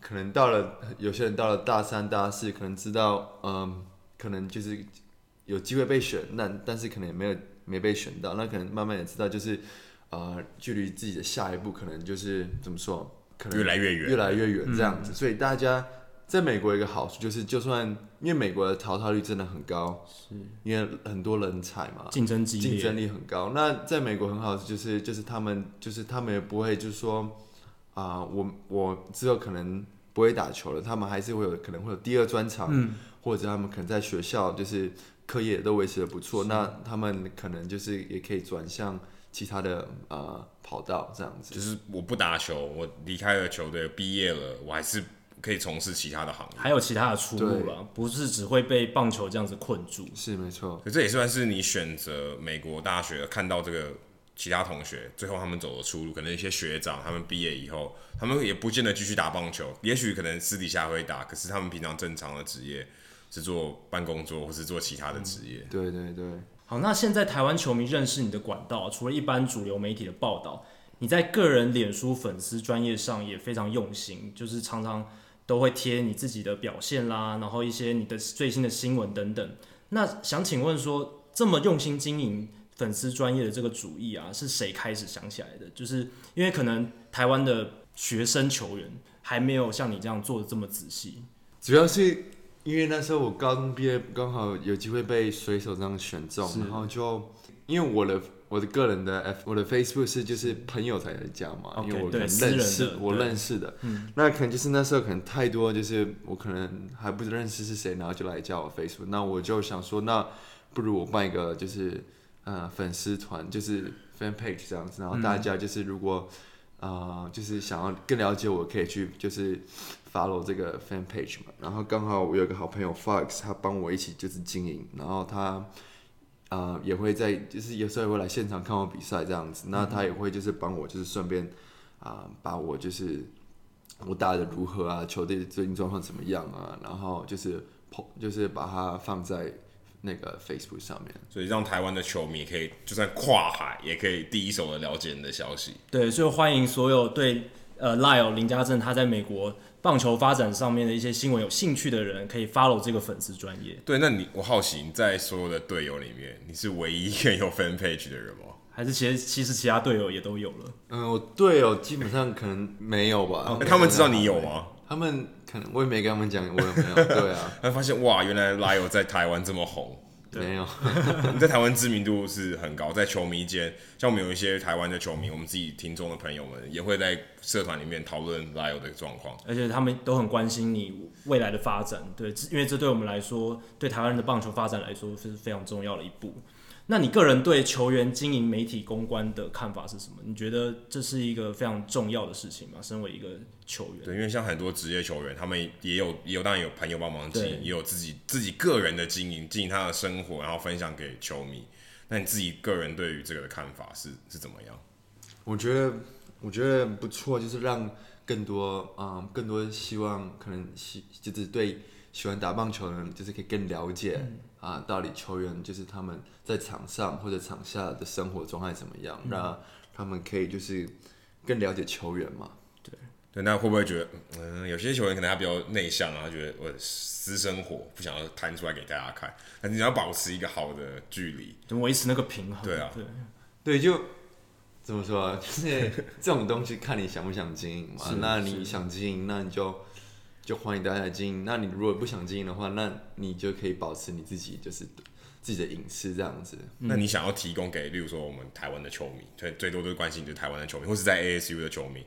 [SPEAKER 3] 可能到了有些人到了大三大四，可能知道嗯，可能就是有机会被选，那但是可能也没有没被选到，那可能慢慢也知道就是。呃，距离自己的下一步可能就是怎么说，可能
[SPEAKER 2] 越来越远，
[SPEAKER 3] 越来越远这
[SPEAKER 1] 嗯
[SPEAKER 3] 样子。所以大家在美国有一个好处就是，就算因为美国的淘汰率真的很高，是因为很多人才嘛，
[SPEAKER 1] 竞争激
[SPEAKER 3] 竞
[SPEAKER 1] 烈，
[SPEAKER 3] 争力很高。那在美国很好，就是就是他们就是他们也不会就是说啊、我我之后可能不会打球了，他们还是会有可能会有第二专场，
[SPEAKER 1] 嗯
[SPEAKER 3] 或者他们可能在学校就是课业也都维持的不错，那他们可能就是也可以转向其他的呃跑道这样子。
[SPEAKER 2] 就是我不打球，我离开了球队，毕业了，我还是可以从事其他的行业。
[SPEAKER 1] 还有其他的出路了，不是只会被棒球这样子困住。
[SPEAKER 3] 是没错，
[SPEAKER 2] 所以这也算是你选择美国大学看到这个其他同学，最后他们走的出路，可能一些学长，他们毕业以后，他们也不见得继续打棒球，也许可能私底下会打，可是他们平常正常的职业是做办公桌或是做其他的职业。
[SPEAKER 3] 对对对，
[SPEAKER 1] 好，那现在台湾球迷认识你的管道，除了一般主流媒体的报道，你在个人脸书粉丝专业上也非常用心，就是常常都会贴你自己的表现啦，然后一些你的最新的新闻等等。那想请问说，这么用心经营粉丝专业的这个主意啊，是谁开始想起来的？就是因为可能台湾的学生球员还没有像你这样做的这么仔细。
[SPEAKER 3] 主要是因为那时候我高中毕业，刚好有机会被水手这样选中，然后就因为我的我的个人的 F 我的 Facebook 是就是朋友才来加嘛
[SPEAKER 1] OK，
[SPEAKER 3] 因为我可
[SPEAKER 1] 对
[SPEAKER 3] 能
[SPEAKER 1] 私人
[SPEAKER 3] 认
[SPEAKER 1] 的
[SPEAKER 3] 识我
[SPEAKER 1] 对嗯
[SPEAKER 3] 认识的，那可能就是那时候可能太多，就是我可能还不认识是谁，然后就来加我 Facebook，那我就想说，那不如我办一个就是呃粉丝团，就是 fan page 这样子，然后大家就是如果。啊、就是想要更了解我，可以去就是 follow 这个 fan page 嘛。然后刚好我有个好朋友 Fox，他帮我一起就是经营，然后他啊、也会在就是有时候也会来现场看我比赛这样子。那他也会就是帮我就是顺便啊、把我就是我打的如何啊，球队最近状况怎么样啊，然后就是 po 就是把它放在那个 Facebook 上面。
[SPEAKER 2] 所以让台湾的球迷可以就算跨海，也可以第一手的了解你的消息。
[SPEAKER 1] 对，所以欢迎所有对呃 Lyle 林家正他在美国棒球发展上面的一些新闻有兴趣的人，可以 follow 这个粉丝专业，
[SPEAKER 2] 对，那你我好奇，你在所有的队友里面，你是唯一一个有 fan page 的人吗？
[SPEAKER 1] 还是其实其实其他队友也都有了。
[SPEAKER 3] 嗯，我队友基本上可能没有吧。
[SPEAKER 2] 那他们知道你哦有吗？
[SPEAKER 3] 他们可能我也没跟他们讲我有没有，对啊，
[SPEAKER 2] (laughs) 他发现哇，原来 Lyle 在台湾这么红，
[SPEAKER 3] 没有，
[SPEAKER 2] 你 (laughs) 在台湾知名度是很高，在球迷间，像我们有一些台湾的球迷，我们自己听众的朋友们也会在社团里面讨论 Lyle 的状况。
[SPEAKER 1] 而且他们都很关心你未来的发展，对，这因为这对我们来说，对台湾人的棒球发展来说是非常重要的一步。那你个人对球员经营媒体公关的看法是什么？你觉得这是一个非常重要的事情吗？身为一个球员，
[SPEAKER 2] 对，因为像很多职业球员，他们也有也有当然有朋友帮忙经
[SPEAKER 1] 对
[SPEAKER 2] 营，也有自己自己个人的经营，经营他的生活，然后分享给球迷。那你自己个人对于这个的看法是是怎么样？
[SPEAKER 3] 我觉得我觉得不错，就是让更多嗯更多希望可能喜就是对喜欢打棒球的人，就是可以更了解、啊到底球员就是他们在场上或者场下的生活状态怎么样，让他们可以就是更了解球员嘛。
[SPEAKER 2] 对，那会不会觉得，嗯，有些球员可能他比较内向啊，他觉得我私生活不想要摊出来给大家看，但是你要保持一个好的距离。
[SPEAKER 1] 怎么维持那个平衡？
[SPEAKER 2] 对啊
[SPEAKER 1] 对，
[SPEAKER 3] 对，就怎么说啊，就是 (laughs)
[SPEAKER 1] (laughs)
[SPEAKER 3] 这种东西看你想不想经营嘛
[SPEAKER 1] 是。
[SPEAKER 3] 那你想经营，那你就就欢迎大家来经营。那你如果不想经营的话，那你就可以保持你自己就是自己的隐私这样子。
[SPEAKER 1] 嗯
[SPEAKER 2] 那你想要提供给，例如说我们台湾的球迷，最最多都是关心你就是台湾的球迷，或是在 ASU 的球迷，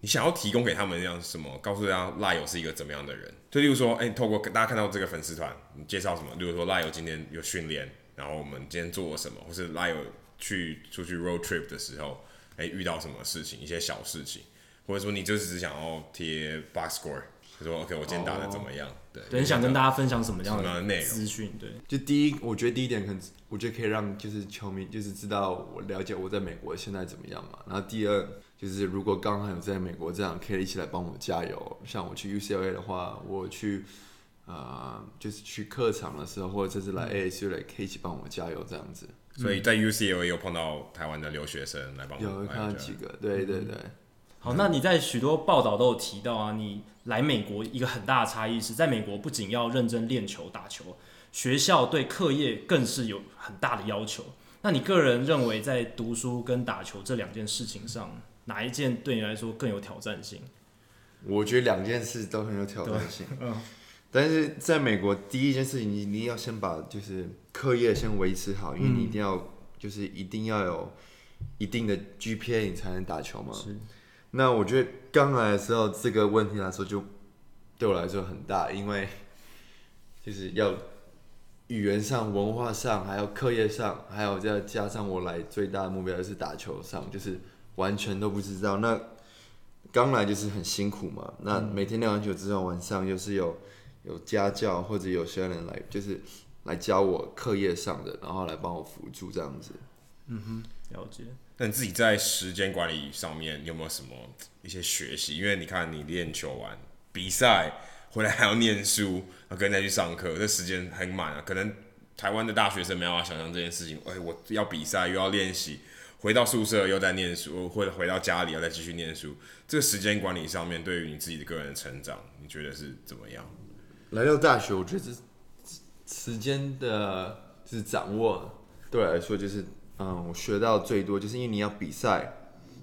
[SPEAKER 2] 你想要提供给他们这样什么？告诉大家赖友是一个怎么样的人？就例如说，哎、透过大家看到这个粉丝团，你介绍什么？例如说赖友今天有训练，然后我们今天做了什么，或是赖友去出去 road trip 的时候，哎、遇到什么事情，一些小事情，或者说你就是只想要贴 box score，就说 OK 我今天打的怎么样？对，
[SPEAKER 1] 哦对，你想跟大家分享什么样
[SPEAKER 2] 什么样的内
[SPEAKER 1] 的
[SPEAKER 2] 容
[SPEAKER 1] 资讯？对，
[SPEAKER 3] 就第一，我觉得第一点可能，我觉得可以让就是球迷就是知道我了解我在美国现在怎么样嘛。然后第二就是，如果刚好有在美国这样，可以一起来帮我加油。像我去 UCLA 的话，我去呃就是去客场的时候，或者这次来 ASU 来，可以一起帮我加油这样子。
[SPEAKER 2] 所以在 UCLA 有碰到台湾的留学生来帮
[SPEAKER 3] 有
[SPEAKER 2] 我
[SPEAKER 3] 看到
[SPEAKER 2] 们。
[SPEAKER 3] 几个，对对对，
[SPEAKER 1] 好，那你在许多报道都有提到啊，你来美国一个很大的差异是在美国不仅要认真练球打球，学校对课业更是有很大的要求。那你个人认为在读书跟打球这两件事情上，哪一件对你来说更有挑战性？
[SPEAKER 3] 我觉得两件事都很有挑战性。
[SPEAKER 1] 嗯
[SPEAKER 3] 但是在美国，第一件事情你一定要先把就是课业先维持好，因为你一定要、就是一定要有一定的 GPA，你才能打球嘛。
[SPEAKER 1] 是。
[SPEAKER 3] 那我觉得刚来的时候，这个问题来说就对我来说很大，因为就是要语言上、文化上，还有课业上，还有再加上我来最大的目标就是打球上，就是完全都不知道。那刚来就是很辛苦嘛，那每天练完球之后，晚上又是有有家教或者有些人来，就是来教我课业上的，然后来帮我辅助这样子。
[SPEAKER 1] 了解。
[SPEAKER 2] 那你自己在时间管理上面你有没有什么一些学习？因为你看你练球完比赛回来还要念书，然后跟人家去上课，这时间很满啊。可能台湾的大学生没办法想象这件事情。哎、我要比赛又要练习，回到宿舍又在念书，或者回到家里要再继续念书。这个时间管理上面，对于你自己的个人成长，你觉得是怎么样？
[SPEAKER 3] 来到大学，我觉得这时间的就是掌握，对我来说就是，嗯，我学到最多就是因为你要比赛，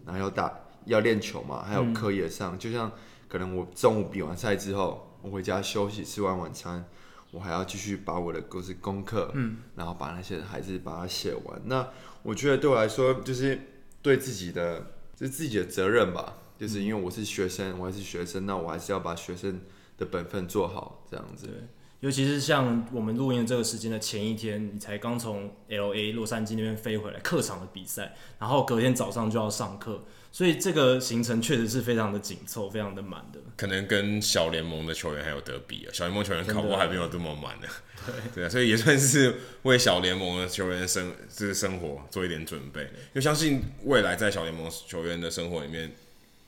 [SPEAKER 3] 然后要打要练球嘛，还有课业上，就像可能我中午比完赛之后，我回家休息，吃完晚餐，我还要继续把我的就是功课，嗯，然后把那些还是把它写完。那我觉得对我来说，就是对自己的就是自己的责任吧，就是因为我是学生，我还是学生，那我还是要把学生的本分做好，这样子。
[SPEAKER 1] 尤其是像我们录音的这个时间的前一天，你才刚从 L A 洛杉矶那边飞回来，客场的比赛，然后隔天早上就要上课，所以这个行程确实是非常的紧凑，非常的满的。
[SPEAKER 2] 可能跟小联盟的球员还有得比啊，小联盟球员考
[SPEAKER 1] 真
[SPEAKER 2] 过
[SPEAKER 1] 的
[SPEAKER 2] 还没有这么满呢、对啊，所以也算是为小联盟的球员生这个生活做一点准备，就相信未来在小联盟球员的生活里面，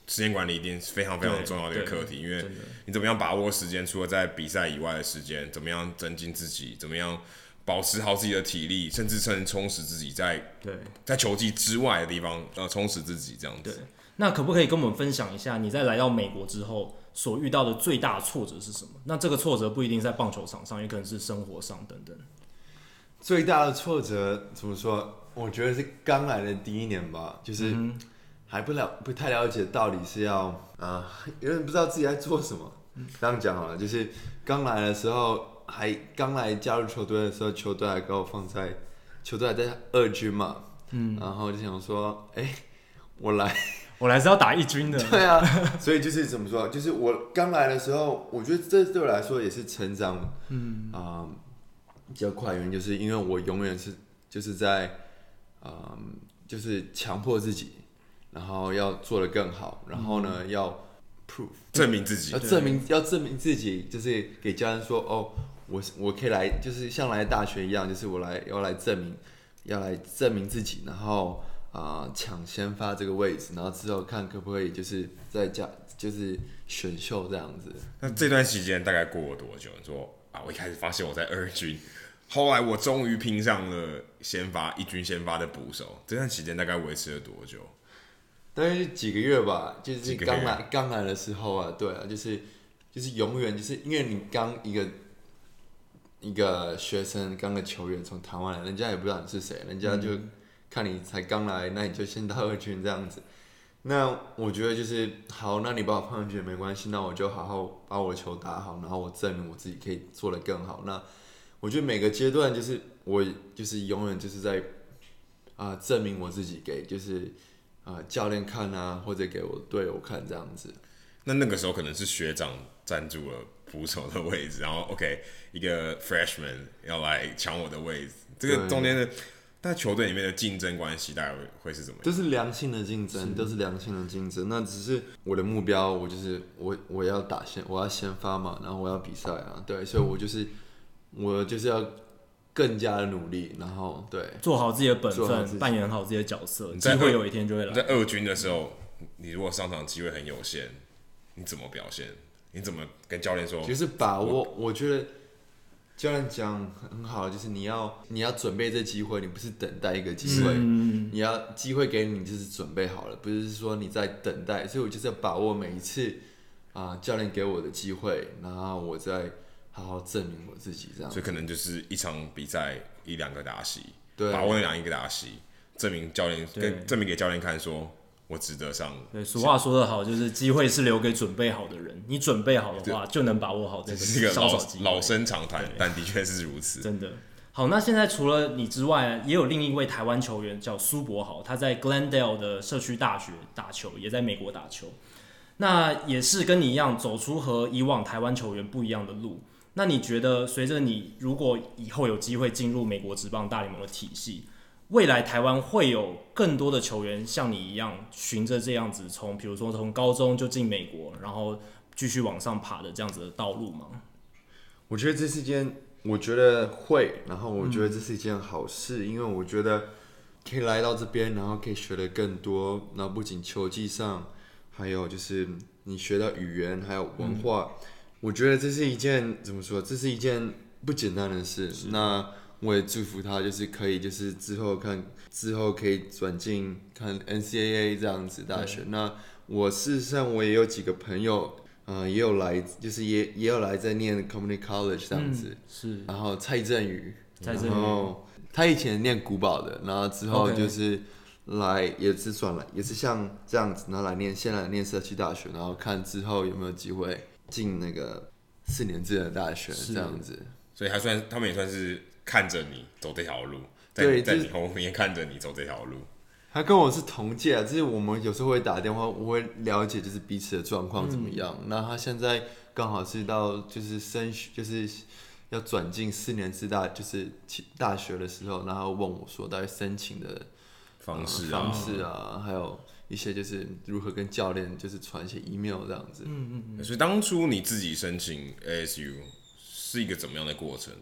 [SPEAKER 2] 时间管理一定是非常非常重要的一个
[SPEAKER 1] 对
[SPEAKER 2] 课题，因为
[SPEAKER 1] 真的
[SPEAKER 2] 你怎么样把握时间，除了在比赛以外的时间，怎么样增进自己，怎么样保持好自己的体力，甚至甚至充实自己在
[SPEAKER 1] 对，
[SPEAKER 2] 在球技之外的地方，呃，充实自己这样子。
[SPEAKER 1] 那可不可以跟我们分享一下，你在来到美国之后所遇到的最大挫折是什么？那这个挫折不一定在棒球场上，也可能是生活上等等。
[SPEAKER 3] 最大的挫折怎么说？我觉得是刚来的第一年吧，就是还不了不太了解到底是要啊、呃 (laughs) 有点不知道自己在做什么。这样讲好了，就是刚来的时候，还刚来加入球队的时候，球队还给我放在球队还在二军嘛，嗯，然后就想说，哎、我来
[SPEAKER 1] 我来是要打一军的，
[SPEAKER 3] 对啊，所以就是怎么说，就是我刚来的时候，我觉得这对我来说也是成长，嗯啊、比较快的原因，就是因为我永远是就是在啊、就是强迫自己，然后要做得更好，然后呢、要 prove
[SPEAKER 2] 证明自己
[SPEAKER 3] 要，证明要证明自己，就是给家人说哦，我是我可以来，就是像来大学一样，就是我来要来证明，要来证明自己，然后啊抢、先发这个位置，然后之后看可不可以就是在家就是选秀这样子。
[SPEAKER 2] 那这段期间大概过了多久？你说啊，我一开始发现我在二军，后来我终于拼上了先发一军先发的捕手。这段期间大概维持了多久？
[SPEAKER 3] 但是几个月吧，就
[SPEAKER 2] 几个月
[SPEAKER 3] 是刚来刚来的时候啊，对啊，就是就是永远就是因为你刚一个一个学生，刚个球员从台湾来，人家也不知道你是谁，人
[SPEAKER 2] 嗯
[SPEAKER 3] 家就看你才刚来，那你就先到二军这样子。那我觉得就是好，那你把我放上去也没关系，那我就好好把我的球打好，然后我证明我自己可以做得更好。那我觉得每个阶段就是我就是永远就是在啊、证明我自己给就是啊、教练看啊，或者给我队友看这样子。
[SPEAKER 2] 那那个时候可能是学长占住了捕手的位置，然后 OK 一个 freshman 要来抢我的位置，这个
[SPEAKER 3] 对
[SPEAKER 2] 中间的在球队里面的竞争关系大概会是怎么样？
[SPEAKER 3] 都是良性的竞争，都是良性的竞争。那只是我的目标，我就是我我要打先，我要先发嘛，然后我要比赛啊，对，所以我就是我就是要更加的努力，然后对，
[SPEAKER 1] 做好自己的本
[SPEAKER 3] 做好自
[SPEAKER 1] 分，
[SPEAKER 3] 己
[SPEAKER 1] 扮演好自己的角色，机
[SPEAKER 2] 在
[SPEAKER 1] 会
[SPEAKER 2] 二
[SPEAKER 1] 有一天就会
[SPEAKER 2] 你
[SPEAKER 1] 来。
[SPEAKER 2] 在二军的时候，你如果上场机会很有限，你怎么表现？你怎么跟教练说？
[SPEAKER 3] 就是把握。我觉得教练讲很好，就是你要你要准备这机会，你不是等待一个机会，你要机会给你就是准备好了，不是说你在等待。所以我就是要把握每一次啊、教练给我的机会，然后我再好好证明我自己这样
[SPEAKER 2] 所。以可能就是一场比赛一两个打席，
[SPEAKER 3] 对
[SPEAKER 2] 把握那两一个打席，证明教练
[SPEAKER 1] 对
[SPEAKER 2] 跟证明给教练看说，我值得上
[SPEAKER 1] 对，俗话说得好，就是机会是留给准备好的人。你准备好的话，就能把握好这个
[SPEAKER 2] 这是一个
[SPEAKER 1] 小
[SPEAKER 2] 老
[SPEAKER 1] 小机会。
[SPEAKER 2] 老生常谈，但的确是如此。
[SPEAKER 1] 真的好。那现在除了你之外，也有另一位台湾球员叫苏博豪，他在 Glendale 的社区大学打球，也在美国打球。那也是跟你一样，走出和以往台湾球员不一样的路。那你觉得，随着你如果以后有机会进入美国职棒大联盟的体系，未来台湾会有更多的球员像你一样，循着这样子从，比如说从高中就进美国，然后继续往上爬的这样子的道路吗？
[SPEAKER 3] 我觉得嗯这是一件，我觉得会，然后我觉得这是一件好事，因为我觉得可以来到这边，然后可以学的更多，然后不仅球技上，还有就是你学到语言，还有文化，我觉得这是一件怎么说？这是一件不简单的事。那我也祝福他，就是可以，就是之后看之后可以转进看 NCAA 这样子大学。那我事实上我也有几个朋友，呃，也有来，就是也也有来在念 Community College 这样子。
[SPEAKER 1] 嗯
[SPEAKER 4] 是
[SPEAKER 3] 然后蔡振宇，
[SPEAKER 4] 蔡振宇
[SPEAKER 3] 然后他以前念古堡的，然后之后
[SPEAKER 4] OK
[SPEAKER 3] 就是来也是算来也是像这样子，然后来念先来念社区大学，然后看之后有没有机会进那个四年制的大学
[SPEAKER 4] 是
[SPEAKER 3] 这样子。
[SPEAKER 2] 所以他算他们也算是看着你走这条路，在
[SPEAKER 3] 对
[SPEAKER 2] 你在
[SPEAKER 3] 就是
[SPEAKER 2] 你后面看着你走这条路。
[SPEAKER 3] 他跟我是同届啊，就是我们有时候会打电话，我会了解就是彼此的状况怎么样。
[SPEAKER 4] 嗯
[SPEAKER 3] 那他现在刚好是到就是升学，就是要转进四年制大，就是其大学的时候，然后问我说大概申请的
[SPEAKER 2] 方式啊，
[SPEAKER 3] 方式啊，还有一些就是如何跟教练就是传一些 email 这样子。
[SPEAKER 2] 嗯所以当初你自己申请 ASU 是一个怎么样的过程？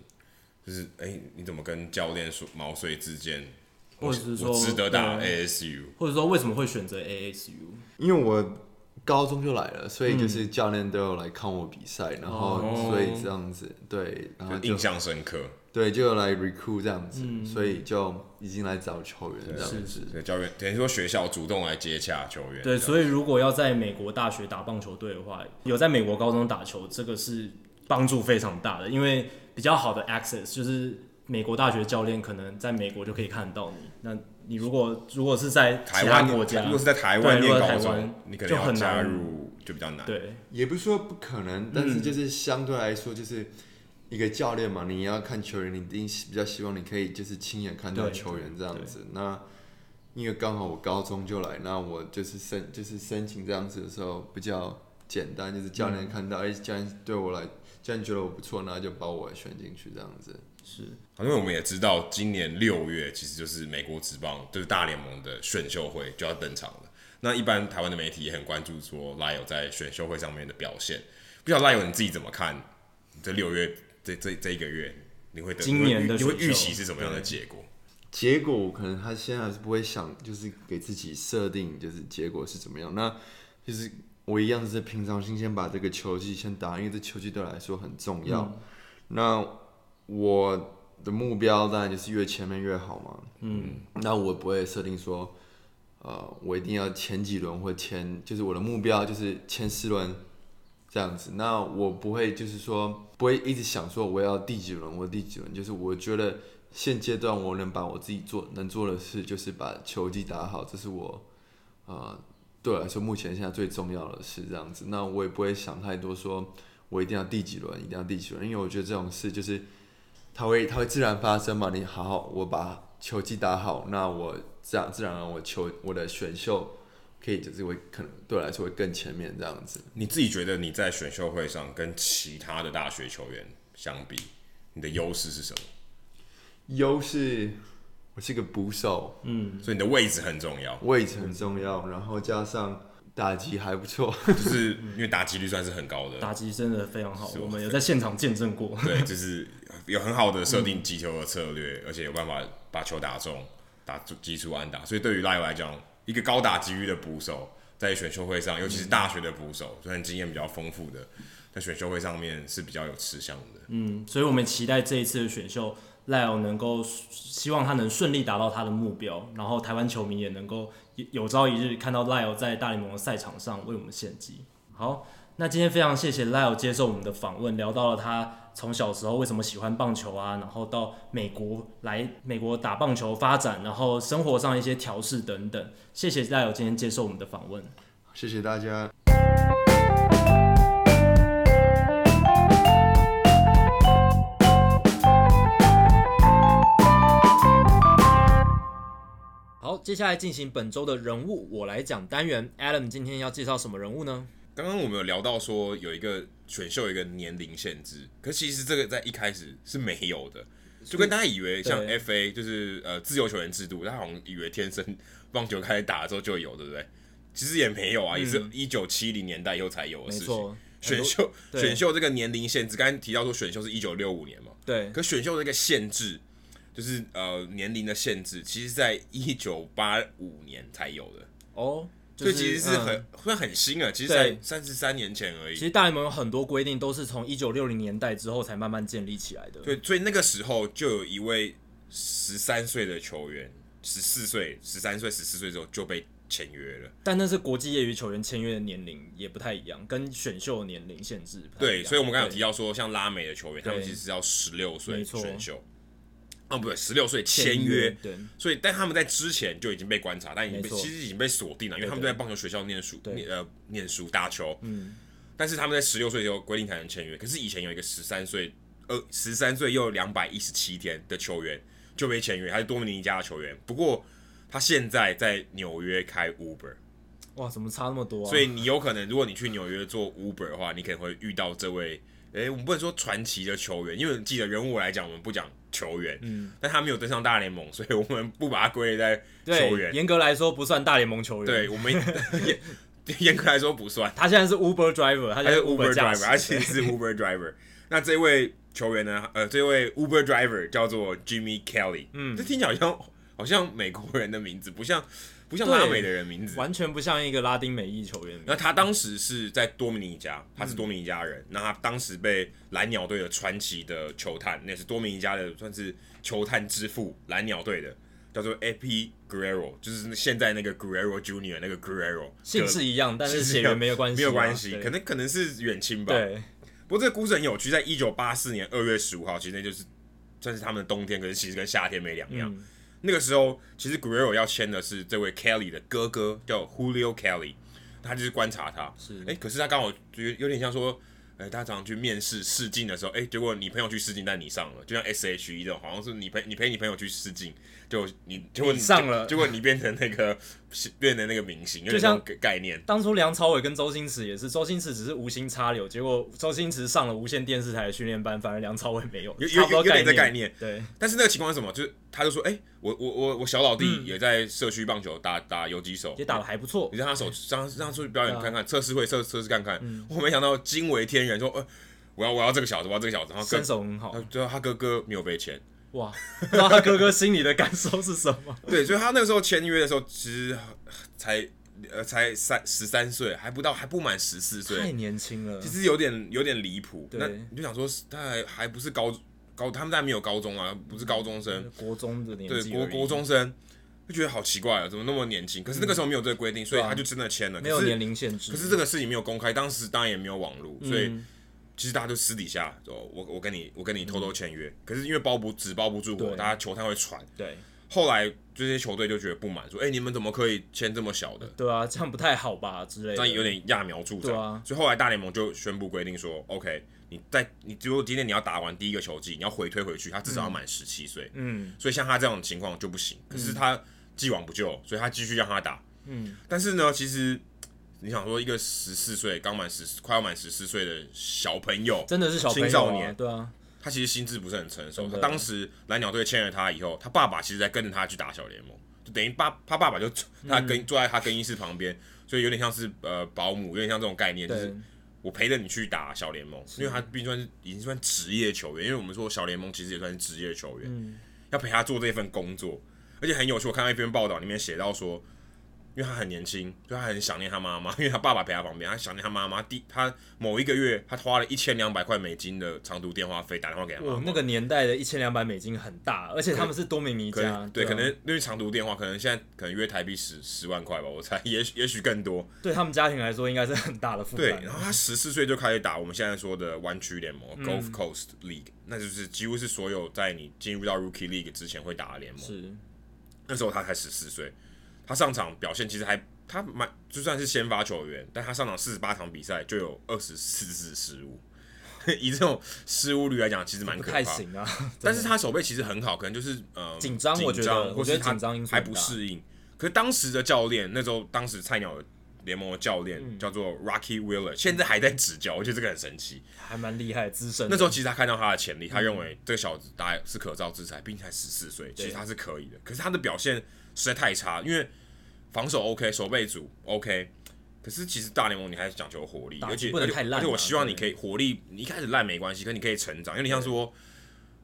[SPEAKER 2] 就是哎、你怎么跟教练说毛遂自荐？
[SPEAKER 4] 或者是说
[SPEAKER 2] 我值得打
[SPEAKER 4] 对
[SPEAKER 2] ASU，
[SPEAKER 4] 或者说为什么会选择 ASU？
[SPEAKER 3] 因为我高中就来了，所以就是教练都有来看我比赛，然后
[SPEAKER 2] 嗯哦
[SPEAKER 3] 所以这样子，对，然后
[SPEAKER 2] 就嗯
[SPEAKER 3] 就
[SPEAKER 2] 印象深刻。
[SPEAKER 3] 对就有来 recruit 这样子，所以就已经来找球员这样
[SPEAKER 4] 是
[SPEAKER 3] 子。
[SPEAKER 4] 是。
[SPEAKER 2] 所以教练等于说学校主动来接洽球员，
[SPEAKER 4] 对，
[SPEAKER 2] 以
[SPEAKER 4] 所以如果要在美国大学打棒球队的话，有在美国高中打球，这个是帮助非常大的，因为比较好的 access 就是美国大学教练可能在美国就可以看到你。那你如果如果是在
[SPEAKER 2] 台
[SPEAKER 4] 其他
[SPEAKER 2] 湾
[SPEAKER 4] 国家
[SPEAKER 2] 如，果是在台
[SPEAKER 4] 对
[SPEAKER 2] 湾
[SPEAKER 4] 如
[SPEAKER 2] 念
[SPEAKER 4] 果
[SPEAKER 2] 高
[SPEAKER 4] 在台湾
[SPEAKER 2] 中，你可能
[SPEAKER 4] 就
[SPEAKER 2] 要
[SPEAKER 4] 很难
[SPEAKER 2] 加入就比较难。
[SPEAKER 4] 对，
[SPEAKER 3] 也不是说不可能，但是就是相对来说，就是一个教练嘛，你要看球员，你一定比较希望你可以就是亲眼看到
[SPEAKER 4] 对
[SPEAKER 3] 球员这样子。那因为刚好我高中就来，那我就是申就是申请这样子的时候比较简单，就是教练看到，哎、教练对我来，教练觉得我不错，那就把我选进去这样子。
[SPEAKER 2] 因为我们也知道，今年六月其实就是美国职棒，就是大联盟的选秀会就要登场了。那一般台湾的媒体也很关注说拉友在选秀会上面的表现，不晓得拉友你自己怎么看？这六月这这这一个月，你会得
[SPEAKER 4] 今年的
[SPEAKER 2] 你会
[SPEAKER 4] 选秀
[SPEAKER 2] 预你会预期是什么样的结果？
[SPEAKER 3] 结果可能他现在还是不会想，就是给自己设定就是结果是怎么样。那就是我一样是平常心先把这个球技先打，因为这球技对我来说很重要。那我的目标当然就是越前面越好嘛。嗯，那我不会设定说，呃，我一定要前几轮或前，就是我的目标就是前十轮这样子。那我不会就是说不会一直想说我要第几轮，我第几轮，就是我觉得现阶段我能把我自己做能做的事，就是把球技打好，这是我呃对我来说目前现在最重要的事这样子。那我也不会想太多说。我一定要第几轮，一定要第几轮，因为我觉得这种事就是它会它会自然发生嘛。你好好，我把球技打好，那我这样自然而然我球我的选秀可以就是会可能对我来说会更前面这样子。
[SPEAKER 2] 你自己觉得你在选秀会上跟其他的大学球员相比，你的优势是什么？
[SPEAKER 3] 优势，我是个捕手，
[SPEAKER 2] 所以你的位置很重
[SPEAKER 3] (laughs)
[SPEAKER 2] 要，
[SPEAKER 3] 位置很重要，然后加上打击还不错，
[SPEAKER 2] 就是因为打击率算是很高的，
[SPEAKER 4] 打击真的非常好
[SPEAKER 2] 是，我
[SPEAKER 4] 我们有在现场见证过。
[SPEAKER 2] 对，就是有很好的设定击球的策略，而且有办法把球打中，打出击出安打。所以对于拉友来讲，一个高打击率的捕手，在选秀会上，尤其是大学的捕手，虽然经验比较丰富的，在选秀会上面是比较有吃香的。
[SPEAKER 4] 所以我们期待这一次的选秀，赖尔能够希望他能顺利达到他的目标，然后台湾球迷也能够有有朝一日看到赖尔在大联盟的赛场上为我们献技。好，那今天非常谢谢赖尔接受我们的访问，聊到了他从小时候为什么喜欢棒球啊，然后到美国来美国打棒球发展，然后生活上一些调试等等。谢谢赖尔今天接受我们的访问。
[SPEAKER 3] 谢谢大家。
[SPEAKER 1] 好，接下来进行本周的人物我来讲单元。Adam 今天要介绍什么人物呢？
[SPEAKER 2] 刚刚我们有聊到说有一个选秀有一个年龄限制，可其实这个在一开始是没有的，就跟大家以为像
[SPEAKER 4] 对
[SPEAKER 2] FA 就是呃自由球员制度，他好像以为天生棒球开始打的时候就有，对不对？其实也没有啊，也是一九七零年代以后才有的
[SPEAKER 1] 嗯没
[SPEAKER 2] 事情。
[SPEAKER 1] 错，很
[SPEAKER 2] 选
[SPEAKER 1] 多
[SPEAKER 2] 秀
[SPEAKER 1] 对
[SPEAKER 2] 选秀这个年龄限制，刚才提到说选秀是一九六五年嘛，
[SPEAKER 1] 对
[SPEAKER 2] 可选秀这个限制就是呃年龄的限制，其实在一九八五年才有的，
[SPEAKER 1] 哦，就
[SPEAKER 2] 所以
[SPEAKER 1] 是
[SPEAKER 2] 其实是
[SPEAKER 1] 嗯
[SPEAKER 2] 很会很新啊，其实
[SPEAKER 1] 对
[SPEAKER 2] 才三十三年前而已
[SPEAKER 1] 其。实大联盟有很多规定都是从一九六零年代之后才慢慢建立起来的。
[SPEAKER 2] 对，所以那个时候就有一位十三岁的球员，十四岁、十三岁、十四岁之后就被签约了。
[SPEAKER 1] 但那是国际业余球员签约的年龄也不太一样，跟选秀的年龄限制不太一样
[SPEAKER 2] 对，所以我们刚刚有
[SPEAKER 1] 哎对
[SPEAKER 2] 提到说，像拉美的球员，他们
[SPEAKER 1] 对
[SPEAKER 2] 其实是要十六
[SPEAKER 1] 没
[SPEAKER 2] 岁
[SPEAKER 1] 错
[SPEAKER 2] 选秀，啊，不对，十六岁签
[SPEAKER 1] 签
[SPEAKER 2] 约。
[SPEAKER 1] 对
[SPEAKER 2] 所以，但他们在之前就已经被观察，但已经被
[SPEAKER 1] 没错
[SPEAKER 2] 其实已经被锁定了，因为他们
[SPEAKER 1] 对
[SPEAKER 2] 在棒球学校念书，
[SPEAKER 1] 对
[SPEAKER 2] 念呃念书打球。
[SPEAKER 1] 嗯，
[SPEAKER 2] 但是他们在十六岁的时候规定才能签约，可是以前有一个十三岁，呃，十三岁又两百一十七天的球员就被签约，他是多米尼加的球员，不过他现在在纽约开 Uber，
[SPEAKER 1] 哇，怎么差那么多、啊？
[SPEAKER 2] 所以你有可能，如果你去纽约做 Uber 的话，你可能会遇到这位，诶，我们不能说传奇的球员，因为记得人物来讲，我们不讲球员，
[SPEAKER 1] 嗯，
[SPEAKER 2] 但他没有登上大联盟，所以我们不把他归类在球
[SPEAKER 1] 对，
[SPEAKER 2] 员，
[SPEAKER 1] 严格来说不算大联盟球员。
[SPEAKER 2] 对，我们 (laughs) 严严格来说不算。
[SPEAKER 1] 他现在是 Uber driver，他
[SPEAKER 2] 他
[SPEAKER 1] 现在
[SPEAKER 2] 是
[SPEAKER 1] Uber
[SPEAKER 2] Uber
[SPEAKER 1] 驾
[SPEAKER 2] driver，
[SPEAKER 1] 驶
[SPEAKER 2] 他其实是
[SPEAKER 1] (laughs)
[SPEAKER 2] Uber driver。那这位球员呢？呃，这位 Uber driver 叫做 Jimmy Kelly。
[SPEAKER 1] 嗯
[SPEAKER 2] 这听起来好像好像美国人的名字，不像不像
[SPEAKER 1] 对
[SPEAKER 2] 拉美的人名字。
[SPEAKER 1] 完全不像一个拉丁美裔球员。
[SPEAKER 2] 那他当时是在多米尼加，他是多米尼加
[SPEAKER 1] 嗯
[SPEAKER 2] 人。那他当时被蓝鸟队的传奇的球探，那也是多米尼加的算是球探之父，蓝鸟队的叫做 AP Guerrero，就是现在那个 Guerrero Junior 那个 Guerrero，
[SPEAKER 1] 姓氏一样，但是血缘没有关系啊，
[SPEAKER 2] 没有关系，
[SPEAKER 1] 对
[SPEAKER 2] 可能可能是远亲吧。
[SPEAKER 1] 对
[SPEAKER 2] 不过这个故事很有趣，在一九八四年二月十五号，其实那就是算是他们的冬天，可是其实跟夏天没两样。
[SPEAKER 1] 嗯
[SPEAKER 2] 那个时候，其实 Guerrero 要签的是这位 Kelly 的哥哥，叫 Julio Kelly，他就是观察他。
[SPEAKER 1] 是
[SPEAKER 2] 哎、可是他刚好就有点像说，哎、他常常去面试试镜的时候，哎、结果你朋友去试镜，但你上了，就像 S H E 这种，好像是你陪你陪你朋友去试镜，就你结果
[SPEAKER 1] 你上了
[SPEAKER 2] 结果你变成那个变成那个明星，有
[SPEAKER 1] 就
[SPEAKER 2] 点
[SPEAKER 1] 像
[SPEAKER 2] 那种概念。
[SPEAKER 1] 当初梁朝伟跟周星驰也是，周星驰只是无心插柳，结果周星驰上了无线电视台的训练班，反而梁朝伟没有，
[SPEAKER 2] 有
[SPEAKER 1] 差不多
[SPEAKER 2] 有有有点这
[SPEAKER 1] 概
[SPEAKER 2] 概念。
[SPEAKER 1] 对，
[SPEAKER 2] 但是那个情况是什么？就是他就说，哎、我我我我小老弟
[SPEAKER 1] 嗯
[SPEAKER 2] 也在社区棒球打打游击手，
[SPEAKER 1] 也打的还不错
[SPEAKER 2] 你。让他手让他让他出去表
[SPEAKER 1] 对
[SPEAKER 2] 演
[SPEAKER 1] 啊嗯
[SPEAKER 2] 看看，测试会测测试看看。我没想到惊为天人，说，呃，我要我要这个小子，我要这个小子，然后哥
[SPEAKER 1] 身，手很好
[SPEAKER 2] 他，最后他哥哥没有被签，
[SPEAKER 1] 哇！
[SPEAKER 2] (laughs)
[SPEAKER 1] 不知道他哥哥心里的感受是什么？
[SPEAKER 2] 对，所以他那个时候签约的时候，其实才呃才三十三岁，还不到还不满十四
[SPEAKER 1] 太
[SPEAKER 2] 岁，
[SPEAKER 1] 年轻了
[SPEAKER 2] 其，实有点有点离谱。
[SPEAKER 1] 对
[SPEAKER 2] 那你就想说，他还还不是高高，他们当然没有高中啊，不是高中生，
[SPEAKER 1] 国中的年
[SPEAKER 2] 对
[SPEAKER 1] 纪而已，
[SPEAKER 2] 国国中生就觉得好奇怪啊，怎么那么年轻？可是那个时候没有这个规定，所以
[SPEAKER 1] 对啊
[SPEAKER 2] 他就真的签了。
[SPEAKER 1] 没有
[SPEAKER 2] 可是
[SPEAKER 1] 年龄限制。
[SPEAKER 2] 可是这个事情没有公开，当时当然也没有网络，所以
[SPEAKER 1] 嗯
[SPEAKER 2] 其实大家就私底下，哦我我跟你我跟你偷偷签约。可是因为包不纸包不住火，
[SPEAKER 1] 对
[SPEAKER 2] 大家球探会传。
[SPEAKER 1] 对
[SPEAKER 2] 后来这些球队就觉得不满，说：“哎、你们怎么可以签这么小的？
[SPEAKER 1] 对啊，这样不太好吧之类
[SPEAKER 2] 这
[SPEAKER 1] 的，
[SPEAKER 2] 样有点揠苗助长。
[SPEAKER 1] 对啊
[SPEAKER 2] 所以后来大联盟就宣布规定说：“OK，你在你如果今天你要打完第一个球季，你要回推回去，他至少要满十七岁。
[SPEAKER 1] 嗯
[SPEAKER 2] 所以像他这种情况就不行。可是他既往不咎，所以他继续让他打。
[SPEAKER 1] 嗯，
[SPEAKER 2] 但是呢，其实你想说，一个十四岁刚满十快要满十四岁的小朋友，
[SPEAKER 1] 真的是小朋友啊
[SPEAKER 2] 青少年
[SPEAKER 1] 对啊，
[SPEAKER 2] 他其实心智不是很成熟。
[SPEAKER 1] 真
[SPEAKER 2] 他
[SPEAKER 1] 的
[SPEAKER 2] 当时蓝鸟队签了他以后，他爸爸其实在跟着他去打小联盟，就等于爸他爸爸就他跟、
[SPEAKER 1] 嗯
[SPEAKER 2] 坐在他更衣室旁边，所以有点像是呃保姆，有点像这种概念，就
[SPEAKER 1] 对
[SPEAKER 2] 是。我陪着你去打小联盟，因为他毕竟算是已经算职业球员，因为我们说小联盟其实也算是职业球员，
[SPEAKER 1] 嗯
[SPEAKER 2] 要陪他做这份工作，而且很有趣。我看到一篇报道里面写到说，因为他很年轻，所以他很想念他妈妈， (laughs) 因为他爸爸陪他旁边，他想念他妈妈。第他某一个月，他花了一千两百块美金的长途电话费打电话给他妈
[SPEAKER 1] 我
[SPEAKER 2] 妈。
[SPEAKER 1] 哦那个年代的一千两百美金很大，而且他们是多米尼
[SPEAKER 2] 可
[SPEAKER 1] 加
[SPEAKER 2] 能，对，
[SPEAKER 1] 啊
[SPEAKER 2] 可能因为长途电话，可能现在可能约台币十十万块吧，我猜，也 (laughs) 许也许更多。
[SPEAKER 1] 对他们家庭来说应该是很大的负嗯
[SPEAKER 2] 对，
[SPEAKER 1] 担啊
[SPEAKER 2] 然。后他十四岁就开始打我们现在说的湾区联盟 （Gulf Coast League），、那就是几乎是所有在你进入到 Rookie League 之前会打的联盟。
[SPEAKER 1] 是，
[SPEAKER 2] 那时候他才十四岁，他上场表现其实还他蛮就算是先发球员，但他上场四十八场比赛就有二十四次失误， (laughs) 以这种失误率来讲，其实蛮
[SPEAKER 1] 不
[SPEAKER 2] 可
[SPEAKER 1] 太
[SPEAKER 2] 怕。
[SPEAKER 1] 行
[SPEAKER 2] (laughs)
[SPEAKER 1] 啊。
[SPEAKER 2] 但是他手背其实很好，可能就是呃
[SPEAKER 1] 紧张我觉得
[SPEAKER 2] 张
[SPEAKER 1] 我
[SPEAKER 2] 或
[SPEAKER 1] 觉得
[SPEAKER 2] 是他
[SPEAKER 1] 紧张因素
[SPEAKER 2] 还
[SPEAKER 1] 很大
[SPEAKER 2] 不适应。可是当时的教练，那时候当时菜鸟联盟的教练、
[SPEAKER 1] 嗯
[SPEAKER 2] 叫做 Rocky Wheeler，现在还在执教，我觉得这个很神奇。
[SPEAKER 1] 还蛮厉害，资深的。
[SPEAKER 2] 那时候其实他看到他的潜力，他认为这个小子大概是可造之材，并且才十四岁，其实他是可以的。可是他的表现实在太差，因为防守 OK，守备组 OK，可是其实大联盟你还是讲求火力，
[SPEAKER 1] 打击
[SPEAKER 2] 而且
[SPEAKER 1] 不能
[SPEAKER 2] 而且
[SPEAKER 1] 太烂啊
[SPEAKER 2] 而且我希望你
[SPEAKER 1] 对
[SPEAKER 2] 可以火力，你一开始烂没关系，可是你可以成长，因为你像说。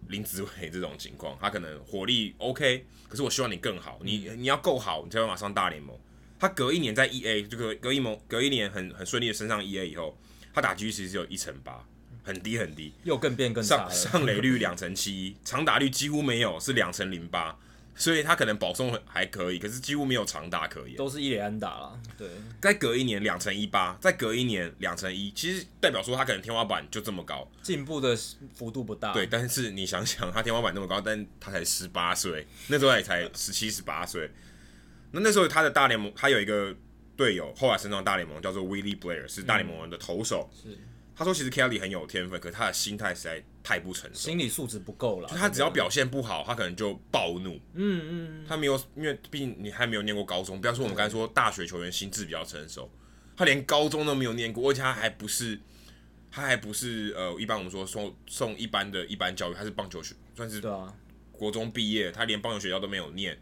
[SPEAKER 2] 林子伟这种情况，他可能火力 OK，可是我希望你更好，你
[SPEAKER 1] 嗯
[SPEAKER 2] 你要够好，你才有办法上大联盟。他隔一年在 EA，就隔隔一盟隔一年很很顺利的升上 EA 以后，他打击率其实只有一成八，很低很低，
[SPEAKER 1] 又更变更差
[SPEAKER 2] 上
[SPEAKER 1] 了。
[SPEAKER 2] 上垒
[SPEAKER 1] (laughs)
[SPEAKER 2] 率两成七，长打率几乎没有，是两成零八，所以他可能保送很还可以，可是几乎没有长打可言。
[SPEAKER 1] 都是一垒安打了，对，
[SPEAKER 2] 再隔一年两成一八，再隔一年两成一，其实代表说他可能天花板就这么高。
[SPEAKER 1] 进步的幅度不大。
[SPEAKER 2] 对，，但是你想想，他天花板那么高，但他才十八岁，那时候
[SPEAKER 1] (laughs)
[SPEAKER 2] 也才十七、十八岁。那那时候他的大联盟，他有一个队友，后来升上大联盟，叫做 Willie Blair，是大联盟的投手。
[SPEAKER 1] 是
[SPEAKER 2] 他说，其实 Kelly 很有天分，可是他的心态实在太不成熟。
[SPEAKER 1] 心理素质不够了。
[SPEAKER 2] 就他只要表现不好，他可能就暴怒。
[SPEAKER 1] 嗯嗯
[SPEAKER 2] 他没有，因为毕竟你还没有念过高中，不要说我们刚才说大学球员心智比较成熟，他连高中都没有念过，而且他还不是，他还不是呃，一般我们说送送一般的一般教育，他是棒球学，算
[SPEAKER 1] 嗯，
[SPEAKER 2] 是
[SPEAKER 1] 对啊，
[SPEAKER 2] 国中毕业，他连棒球学校都没有念，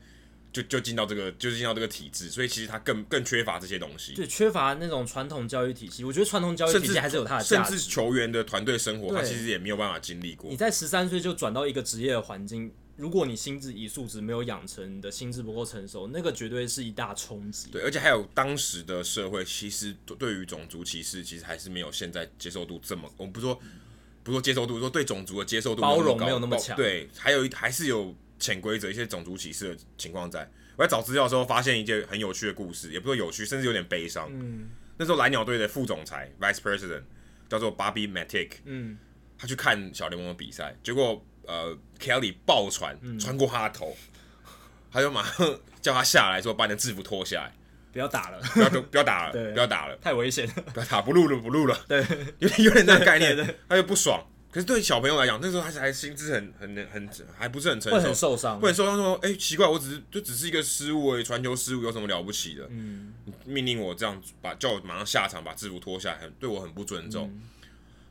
[SPEAKER 2] 就就进到这个就进到这个体制，所以其实他更更缺乏这些东西，
[SPEAKER 1] 就缺乏那种传统教育体系。我觉得传统教育
[SPEAKER 2] 甚
[SPEAKER 1] 体
[SPEAKER 2] 至
[SPEAKER 1] 系还是有它的
[SPEAKER 2] 甚
[SPEAKER 1] 价
[SPEAKER 2] 至
[SPEAKER 1] 值。
[SPEAKER 2] 球员的团队生活，他
[SPEAKER 1] 对
[SPEAKER 2] 其实也没有办法经历过
[SPEAKER 1] 你。在十三岁就转到一个职业的环境，如果你心智一素质没有养成，你的心智不够成熟，那个绝对是一大冲击。
[SPEAKER 2] 对，而且还有当时的社会，其实对于种族歧视，其实还是没有现在接受度这么，我们不说不说接受度，说对种族的接受度
[SPEAKER 1] 包容
[SPEAKER 2] 高
[SPEAKER 1] 没有那么
[SPEAKER 2] 包
[SPEAKER 1] 强
[SPEAKER 2] 对，还有一还是有潜规则，一些种族歧视的情况在。我在找资料的时候发现一件很有趣的故事，也不说有趣，甚至有点悲伤。
[SPEAKER 1] 嗯
[SPEAKER 2] 那时候蓝鸟队的副总裁 （Vice President） 叫做 Bobby Matic，
[SPEAKER 1] 嗯，
[SPEAKER 2] 他去看小联盟的比赛，结果呃 Kelly 爆传
[SPEAKER 1] 嗯
[SPEAKER 2] 穿过他的头，他就马上叫他下来说把你的制服脱下来。
[SPEAKER 1] 不要打了，
[SPEAKER 2] 不
[SPEAKER 1] (laughs)
[SPEAKER 2] 要不要打了，
[SPEAKER 1] 对
[SPEAKER 2] 不要打了，
[SPEAKER 1] 太危险了。
[SPEAKER 2] 不要打，不录了，不录了，
[SPEAKER 1] 对，
[SPEAKER 2] 有点有
[SPEAKER 1] (laughs)
[SPEAKER 2] 点那个概
[SPEAKER 1] 对对
[SPEAKER 2] 念，他就不爽。可是对小朋友来讲，那时候他还心智很很很还不是很成
[SPEAKER 1] 会
[SPEAKER 2] 熟
[SPEAKER 1] 很，受伤
[SPEAKER 2] 会。很受伤。说，哎，奇怪，我只是就只是一个失误而已，传球失误有什么了不起的？
[SPEAKER 1] 嗯，
[SPEAKER 2] 命令我这样把叫我马上下场，把制服脱下来，很对我很不尊重。
[SPEAKER 1] 嗯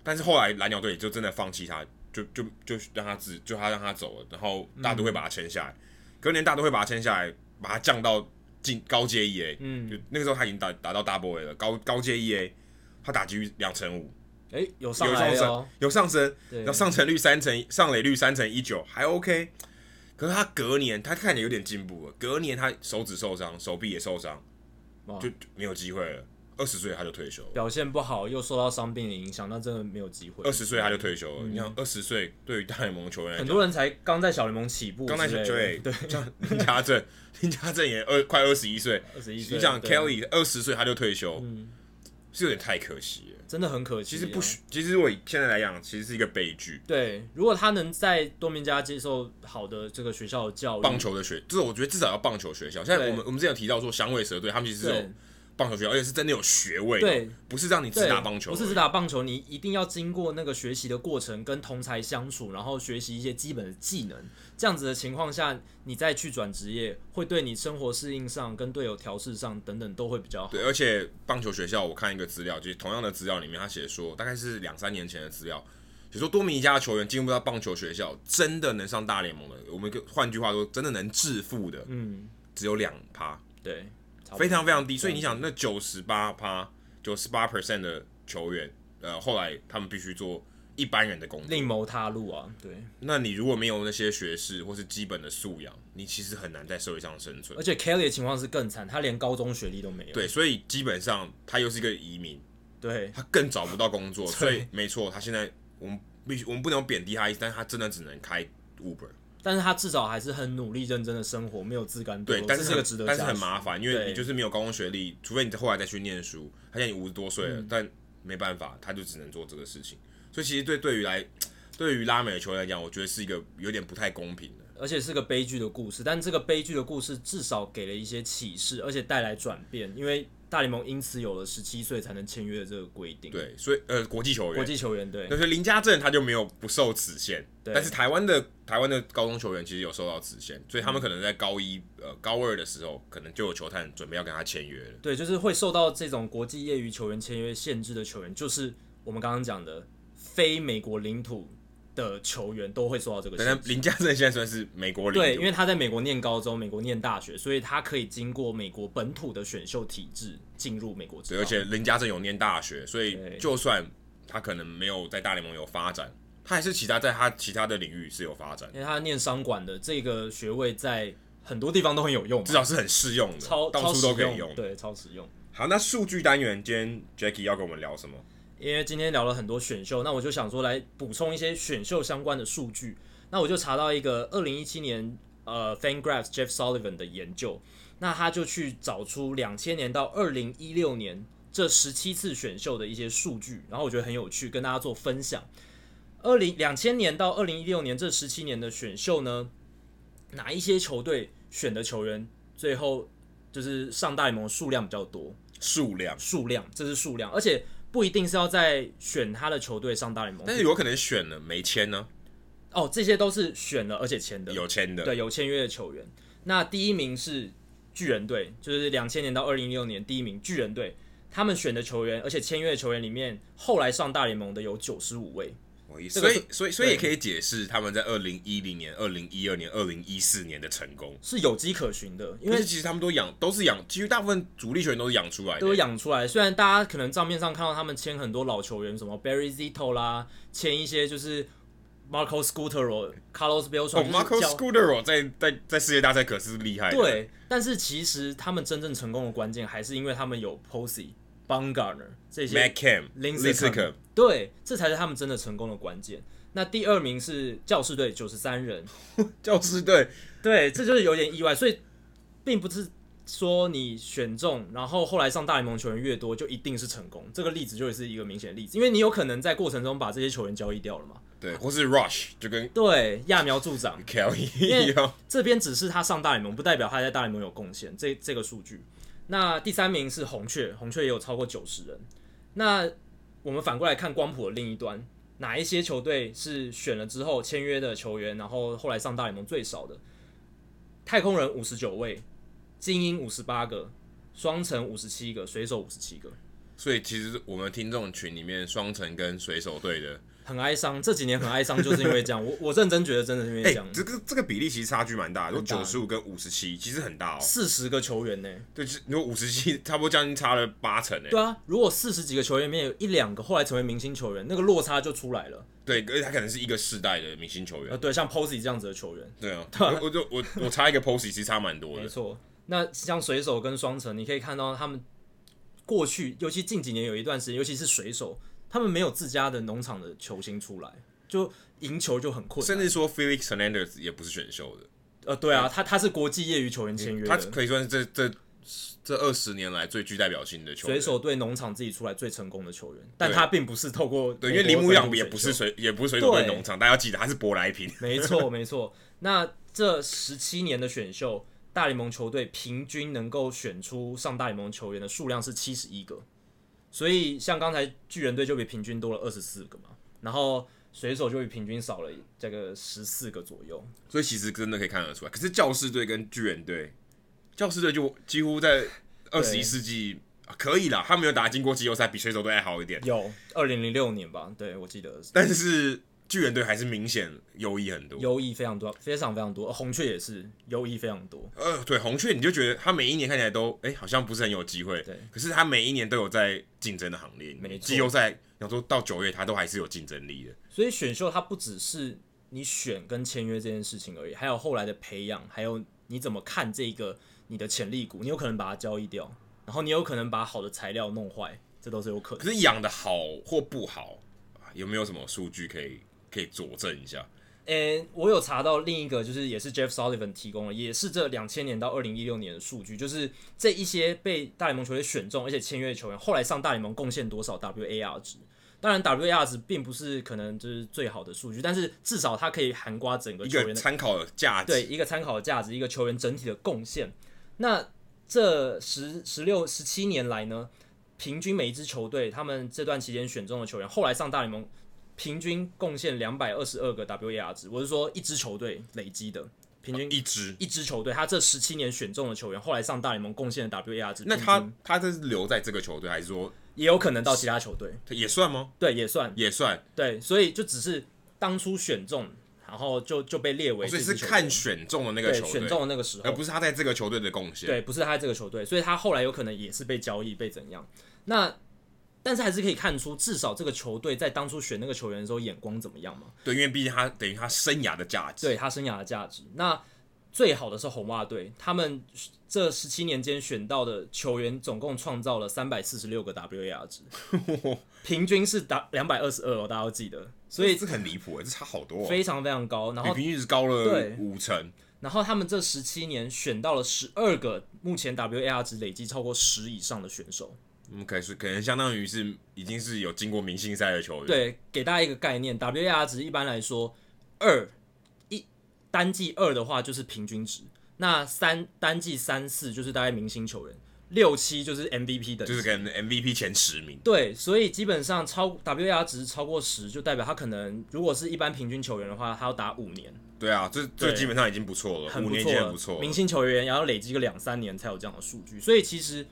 [SPEAKER 2] 但是后来蓝鸟队就真的放弃他，就就就让他自就他让他走了，然后大都会把他签下来。隔年大都会把他签下来，把他降到进高阶 EA。
[SPEAKER 1] 嗯
[SPEAKER 2] 就那个时候他已经打打到 Double A 了，高高阶 EA，他打击率两成五，
[SPEAKER 1] 哎、有上
[SPEAKER 2] 有
[SPEAKER 1] 来
[SPEAKER 2] 上
[SPEAKER 1] 了
[SPEAKER 2] 升
[SPEAKER 1] 哦，，
[SPEAKER 2] 有上升，
[SPEAKER 1] 对
[SPEAKER 2] 然后上成率三成，上垒率三成一九，还 OK。可是他隔年他看起来有点进步了，隔年他手指受伤，手臂也受伤，
[SPEAKER 1] 哇
[SPEAKER 2] 就就没有机会了。二十岁他就退休了，
[SPEAKER 1] 表现不好又受到伤病的影响，那真的没有机会。
[SPEAKER 2] 二十岁他就退休了。你看，二十岁对于大联盟球员来
[SPEAKER 1] 嗯很
[SPEAKER 2] 讲，
[SPEAKER 1] 多人才刚在小联盟起步之
[SPEAKER 2] 刚
[SPEAKER 1] 类的，
[SPEAKER 2] 才对
[SPEAKER 1] 对，
[SPEAKER 2] 像林家正，林家正也二快二十一岁，
[SPEAKER 1] 二十一岁，
[SPEAKER 2] 你想
[SPEAKER 1] 对嗯
[SPEAKER 2] Kelly 二十岁他就退休，是有点太可惜了。
[SPEAKER 1] 真的很可惜
[SPEAKER 2] 其
[SPEAKER 1] 啊。
[SPEAKER 2] 实不需，其实我现在来讲，其实是一个悲剧。
[SPEAKER 1] 对，如果他能在多明加接受好的这个学校的教育，
[SPEAKER 2] 棒球的学，就是我觉得至少要棒球学校。现在
[SPEAKER 1] 对
[SPEAKER 2] 我们我们之前有提到说，响尾蛇队他们其实是有
[SPEAKER 1] 对
[SPEAKER 2] 棒球学校，而且是真的有学位的，哦
[SPEAKER 1] 对
[SPEAKER 2] 不是让你只
[SPEAKER 1] 对
[SPEAKER 2] 打棒球而已，
[SPEAKER 1] 不是只打棒球，你一定要经过那个学习的过程，跟同才相处，然后学习一些基本的技能。这样子的情况下，你再去转职业，会对你生活适应上、跟队友调试上等等都会比较好。
[SPEAKER 2] 对，而且棒球学校，我看一个资料，就是同样的资料里面，他写说，大概是两三年前的资料，写说多米尼加的球员进入到棒球学校，真的能上大联盟的，我们跟换句话说，真的能致富的，
[SPEAKER 1] 嗯，
[SPEAKER 2] 只有两趴，
[SPEAKER 1] 对，差不多
[SPEAKER 2] 非常非常低。所以你
[SPEAKER 1] 嗯
[SPEAKER 2] 想，那九十八趴、九十八 percent 的球员，呃，后来他们必须做一般人的工作
[SPEAKER 1] 另。谋他路啊，对。
[SPEAKER 2] 那你如果没有那些学识或是基本的素养，你其实很难在社会上生存
[SPEAKER 1] 而。且 Kelly 的情况是更惨，他连高中学历都没有。
[SPEAKER 2] 对，所以基本上他又是一个移民，
[SPEAKER 1] 对，
[SPEAKER 2] 他更找不到工作，所以没错，他现在我们必须我们不能贬低他，但是他真的只能开 Uber，
[SPEAKER 1] 但是他至少还是很努力、认真的生活，没有自甘堕
[SPEAKER 2] 对
[SPEAKER 1] 落，，
[SPEAKER 2] 但
[SPEAKER 1] 这
[SPEAKER 2] 是
[SPEAKER 1] 是个
[SPEAKER 2] 很
[SPEAKER 1] 值得嘉
[SPEAKER 2] 但
[SPEAKER 1] 许。
[SPEAKER 2] 是很麻烦，因为
[SPEAKER 1] 对
[SPEAKER 2] 你就是没有高中学历，除非你后来再去念书，他现在已五十多岁了，
[SPEAKER 1] 嗯
[SPEAKER 2] 但没办法，他就只能做这个事情，所以其实对对于来对于拉美的球员来讲，我觉得是一个有点不太公平的。
[SPEAKER 1] 而且是个悲剧的故事，但这个悲剧的故事至少给了一些启示，而且带来转变，因为大联盟因此有了十七岁才能签约的这个规定。，
[SPEAKER 2] 对，所以呃，国际球员，
[SPEAKER 1] 国际球员对
[SPEAKER 2] 但是林家正他就没有不受此限，
[SPEAKER 1] 对
[SPEAKER 2] 但是台湾的台湾的高中球员其实有受到此限，所以他们可能在高一呃高二的时候，可能就有球探准备要跟他签约了。
[SPEAKER 1] 对，就是会受到这种国际业余球员签约限制的球员，就是我们刚刚讲的非美国领土的球员都会受到这个
[SPEAKER 2] 但是
[SPEAKER 1] 限制。
[SPEAKER 2] 林家正现在算是美国领
[SPEAKER 1] 对，因
[SPEAKER 2] 队，
[SPEAKER 1] 为他在美国念高中，美国念大学，所以他可以经过美国本土的选秀体制进入美国职
[SPEAKER 2] 对，
[SPEAKER 1] 棒。
[SPEAKER 2] 而且林家正有念大学，所以
[SPEAKER 1] 对
[SPEAKER 2] 就算他可能没有在大联盟有发展，他还是其他在他其他的领域是有发展，
[SPEAKER 1] 因为他念商管的这个学位在很多地方都很有用嘛，
[SPEAKER 2] 至少是很适用的，
[SPEAKER 1] 超
[SPEAKER 2] 到
[SPEAKER 1] 超
[SPEAKER 2] 处
[SPEAKER 1] 实
[SPEAKER 2] 都可以
[SPEAKER 1] 用，对，超实用。
[SPEAKER 2] 好，那数据单元今天 Jackie 要跟我们聊什么？
[SPEAKER 1] 因为今天聊了很多选秀，那我就想说来补充一些选秀相关的数据。那我就查到一个二零一七年呃 FanGraphs Jeff Sullivan 的研究，那他就去找出两千年到二零一六年这十七次选秀的一些数据，然后我觉得很有趣，跟大家做分享。二零两千年到二零一六年这十七年的选秀呢，哪一些球队选的球员最后就是上大联盟数量比较多？
[SPEAKER 2] 数量，
[SPEAKER 1] 数量，这是数量，而且不一定是要在选他的球队上大联盟。
[SPEAKER 2] 但是有可能选了没签呢，
[SPEAKER 1] 哦，这些都是选了而且签的，
[SPEAKER 2] 有签的，
[SPEAKER 1] 对有签约的球员。那第一名是巨人队，就是两千年到二零一六年第一名巨人队，他们选的球员，而且签约的球员里面，后来上大联盟的有九十五位。
[SPEAKER 2] 我意
[SPEAKER 1] 这
[SPEAKER 2] 思所
[SPEAKER 1] 个是
[SPEAKER 2] 以所以所以也可以解释他们在二零一零年、二零一二年、二零一四年的成功，
[SPEAKER 1] 是有迹可循的，因
[SPEAKER 2] 因为
[SPEAKER 1] 为
[SPEAKER 2] 其实他们都养，都是养，几乎大部分主力球员都是养出来的，
[SPEAKER 1] 都养出来。虽然大家可能账面上看到他们签很多老球员，什么 Barry Zito 啦，签一些就是 Marco Scudero、Carlos Beltran，、
[SPEAKER 2] 哦，Marco Scudero 在在在世界大赛可是厉害的，
[SPEAKER 1] 对，但是其实他们真正成功的关键还是因为他们有 Posey、Bungarner 这些
[SPEAKER 2] ，Mac Cam、
[SPEAKER 1] Lincecum
[SPEAKER 2] Lincecum
[SPEAKER 1] 对，这才是他们真的成功的关键。那第二名是教士队九十三人，
[SPEAKER 2] 教师队，
[SPEAKER 1] 对，这就是有点意外，所以并不是说你选中，然后后来上大联盟球员越多就一定是成功。这个例子就是一个明显的例子，因为你有可能在过程中把这些球员交易掉了嘛。
[SPEAKER 2] 对，或是 Rush 就跟
[SPEAKER 1] 对，揠苗助长，
[SPEAKER 2] Kelly
[SPEAKER 1] 为
[SPEAKER 2] 一样，
[SPEAKER 1] 这边只是他上大联盟，不代表他在大联盟有贡献。这这个数据。那第三名是红雀，红雀也有超过九十人。那我们反过来看光谱的另一端，哪一些球队是选了之后签约的球员，然后后来上大联盟最少的？太空人五十九位，精英五十八个，双城五十七个，水手五十七个。
[SPEAKER 2] (laughs) 所以其实我们听众群里面，双城跟水手队的，
[SPEAKER 1] 很哀伤，这几年很哀伤，就是因为这样。我我认真觉得真的是因为
[SPEAKER 2] (laughs) 哎、
[SPEAKER 1] 这样，
[SPEAKER 2] 这个这个比例其实差距蛮大的，有
[SPEAKER 1] 很大
[SPEAKER 2] 九十五跟五十七，其实很大哦。
[SPEAKER 1] 四十、个球员呢、
[SPEAKER 2] 对，就是如果五十七，差不多将近差了八成欸诶。
[SPEAKER 1] 对啊，如果四十几个球员里面有一两个后来成为明星球员，那个落差就出来了。
[SPEAKER 2] 对，而且他可能是一个世代的明星球员
[SPEAKER 1] 呃，。对，像 Posey 这样子的球员，(laughs)
[SPEAKER 2] 对啊，我我就我我差一个 Posey，其实差蛮多
[SPEAKER 1] 没
[SPEAKER 2] 的。
[SPEAKER 1] 错。那像水手跟双城，你可以看到他们过去，尤其近几年有一段时间，尤其是水手，他们没有自家的农场的球星出来，就赢球就很困
[SPEAKER 2] (laughs) 甚
[SPEAKER 1] 难。
[SPEAKER 2] 至说 Felix Hernandez 也不是选秀的，
[SPEAKER 1] 呃，对啊，他他是国际业余球员签约
[SPEAKER 2] 他
[SPEAKER 1] 的，
[SPEAKER 2] 可以算是这这这二十年来最具代表性的球员。
[SPEAKER 1] 水手队农场自己出来最成功的球员，但
[SPEAKER 2] 对
[SPEAKER 1] 他并不是透过
[SPEAKER 2] 对，因
[SPEAKER 1] 美
[SPEAKER 2] 为
[SPEAKER 1] 国
[SPEAKER 2] 铃木
[SPEAKER 1] 本
[SPEAKER 2] 养
[SPEAKER 1] 土
[SPEAKER 2] 也
[SPEAKER 1] 选
[SPEAKER 2] 不是
[SPEAKER 1] 秀
[SPEAKER 2] 水，也不是水手队
[SPEAKER 1] 对
[SPEAKER 2] 农场，大家要记得他是舶来品。 (laughs)
[SPEAKER 1] 没错，没错。那这十七年的选秀，大联盟球队平均能够选出上大联盟球员的数量是七十一个，所以像刚才巨人队就比平均多了二十四个嘛，然后水手就比平均少了这个十四个左右。
[SPEAKER 2] 所以其实真的可以看得出来。可是教士队跟巨人队，教士队就几乎在二十一世纪、啊可以啦，他没有打进过季后赛，比水手队还好一点。
[SPEAKER 1] 有二零零六年吧，对我记得
[SPEAKER 2] 但是巨人队还是明显优异很多。
[SPEAKER 1] 优异非常多，非常非常多。呃红雀也是优异非常多，
[SPEAKER 2] 呃，对红雀，你就觉得他每一年看起来都哎、好像不是很有机会，
[SPEAKER 1] 对
[SPEAKER 2] 可是他每一年都有在竞争的行列里面，
[SPEAKER 1] 没错
[SPEAKER 2] 季后赛，想说到九月他都还是有竞争力的。
[SPEAKER 1] 所以选秀它不只是你选跟签约这件事情而已，还有后来的培养，还有你怎么看这个你的潜力股，你有可能把它交易掉，然后你有可能把好的材料弄坏，这都是有可
[SPEAKER 2] 可
[SPEAKER 1] 能。
[SPEAKER 2] 是养的好或不好，啊有没有什么数据可以可以佐证一下？
[SPEAKER 1] 诶、我有查到另一个，就是也是 Jeff Sullivan 提供的，也是这两千年到二零一六年的数据，就是这一些被大联盟球队选中而且签约的球员，后来上大联盟贡献多少 WAR 值。当然，WAR 值并不是可能就是最好的数据，但是至少它可以涵盖整个
[SPEAKER 2] 一
[SPEAKER 1] 球员
[SPEAKER 2] 个
[SPEAKER 1] 的
[SPEAKER 2] 参考的价值。
[SPEAKER 1] 对一个参考的价值，一个球员整体的贡献。那这十十六十七年来呢，平均每一支球队他们这段期间选中的球员，后来上大联盟平均贡献两百二十二个 WAR 值，我是说一支球队累积的平均
[SPEAKER 2] 啊一支。
[SPEAKER 1] 一支球队，他这十七年选中的球员，后来上大联盟贡献的 WAR 值，
[SPEAKER 2] 那
[SPEAKER 1] 平
[SPEAKER 2] 他
[SPEAKER 1] 均
[SPEAKER 2] 他这是留在这个球队，还是说
[SPEAKER 1] 也有可能到其他球队，
[SPEAKER 2] 他也算吗？
[SPEAKER 1] 对，也算
[SPEAKER 2] 也算，
[SPEAKER 1] 对，所以就只是当初选中，然后就就被列为
[SPEAKER 2] 哦所
[SPEAKER 1] 这
[SPEAKER 2] 以
[SPEAKER 1] 支
[SPEAKER 2] 是
[SPEAKER 1] 球队、
[SPEAKER 2] 看选中的那个
[SPEAKER 1] 对
[SPEAKER 2] 球队，
[SPEAKER 1] 选中的那个时候
[SPEAKER 2] 而，不是他在这个球队的贡献。
[SPEAKER 1] 对，不是他在这个球队，所以他后来有可能也是被交易，被怎样？那但是还是可以看出，至少这个球队在当初选那个球员的时候眼光怎么样嘛？
[SPEAKER 2] 对，因为毕竟他等于他生涯的价值，
[SPEAKER 1] 对他生涯的价值。那最好的是红袜队，他们这十七年间选到的球员总共创造了三百四十六个 WAR
[SPEAKER 2] (laughs)
[SPEAKER 1] 值，平均是打两百二十二哦，大家要记得，所以
[SPEAKER 2] 这很离谱哎，这差好多、哦，
[SPEAKER 1] 非常非常高。然
[SPEAKER 2] 比
[SPEAKER 1] 后
[SPEAKER 2] 平均值高了
[SPEAKER 1] 对
[SPEAKER 2] 五成，
[SPEAKER 1] 然后他们这十七年选到了十二个目前 WAR 值累积超过十以上的选手。
[SPEAKER 2] 嗯，可以是可能相当于是已经是有经过明星赛的球员，，
[SPEAKER 1] 对，给大家一个概念，WAR 值一般来说二一单季二的话就是平均值，那三单季三四就是大概明星球员，六七就是 MVP 等级。
[SPEAKER 2] 就是可能 MVP 前十名，
[SPEAKER 1] 对，所以基本上超 WAR 值超过十，就代表他可能如果是一般平均球员的话，他要打五年，
[SPEAKER 2] 对啊，这这
[SPEAKER 1] 对
[SPEAKER 2] 基本上已经不错了，
[SPEAKER 1] 很
[SPEAKER 2] 五
[SPEAKER 1] 不
[SPEAKER 2] 年
[SPEAKER 1] 错
[SPEAKER 2] 前
[SPEAKER 1] 了。
[SPEAKER 2] 很不错了，
[SPEAKER 1] 明星球员也要累积个两三年才有这样的数据，所以其实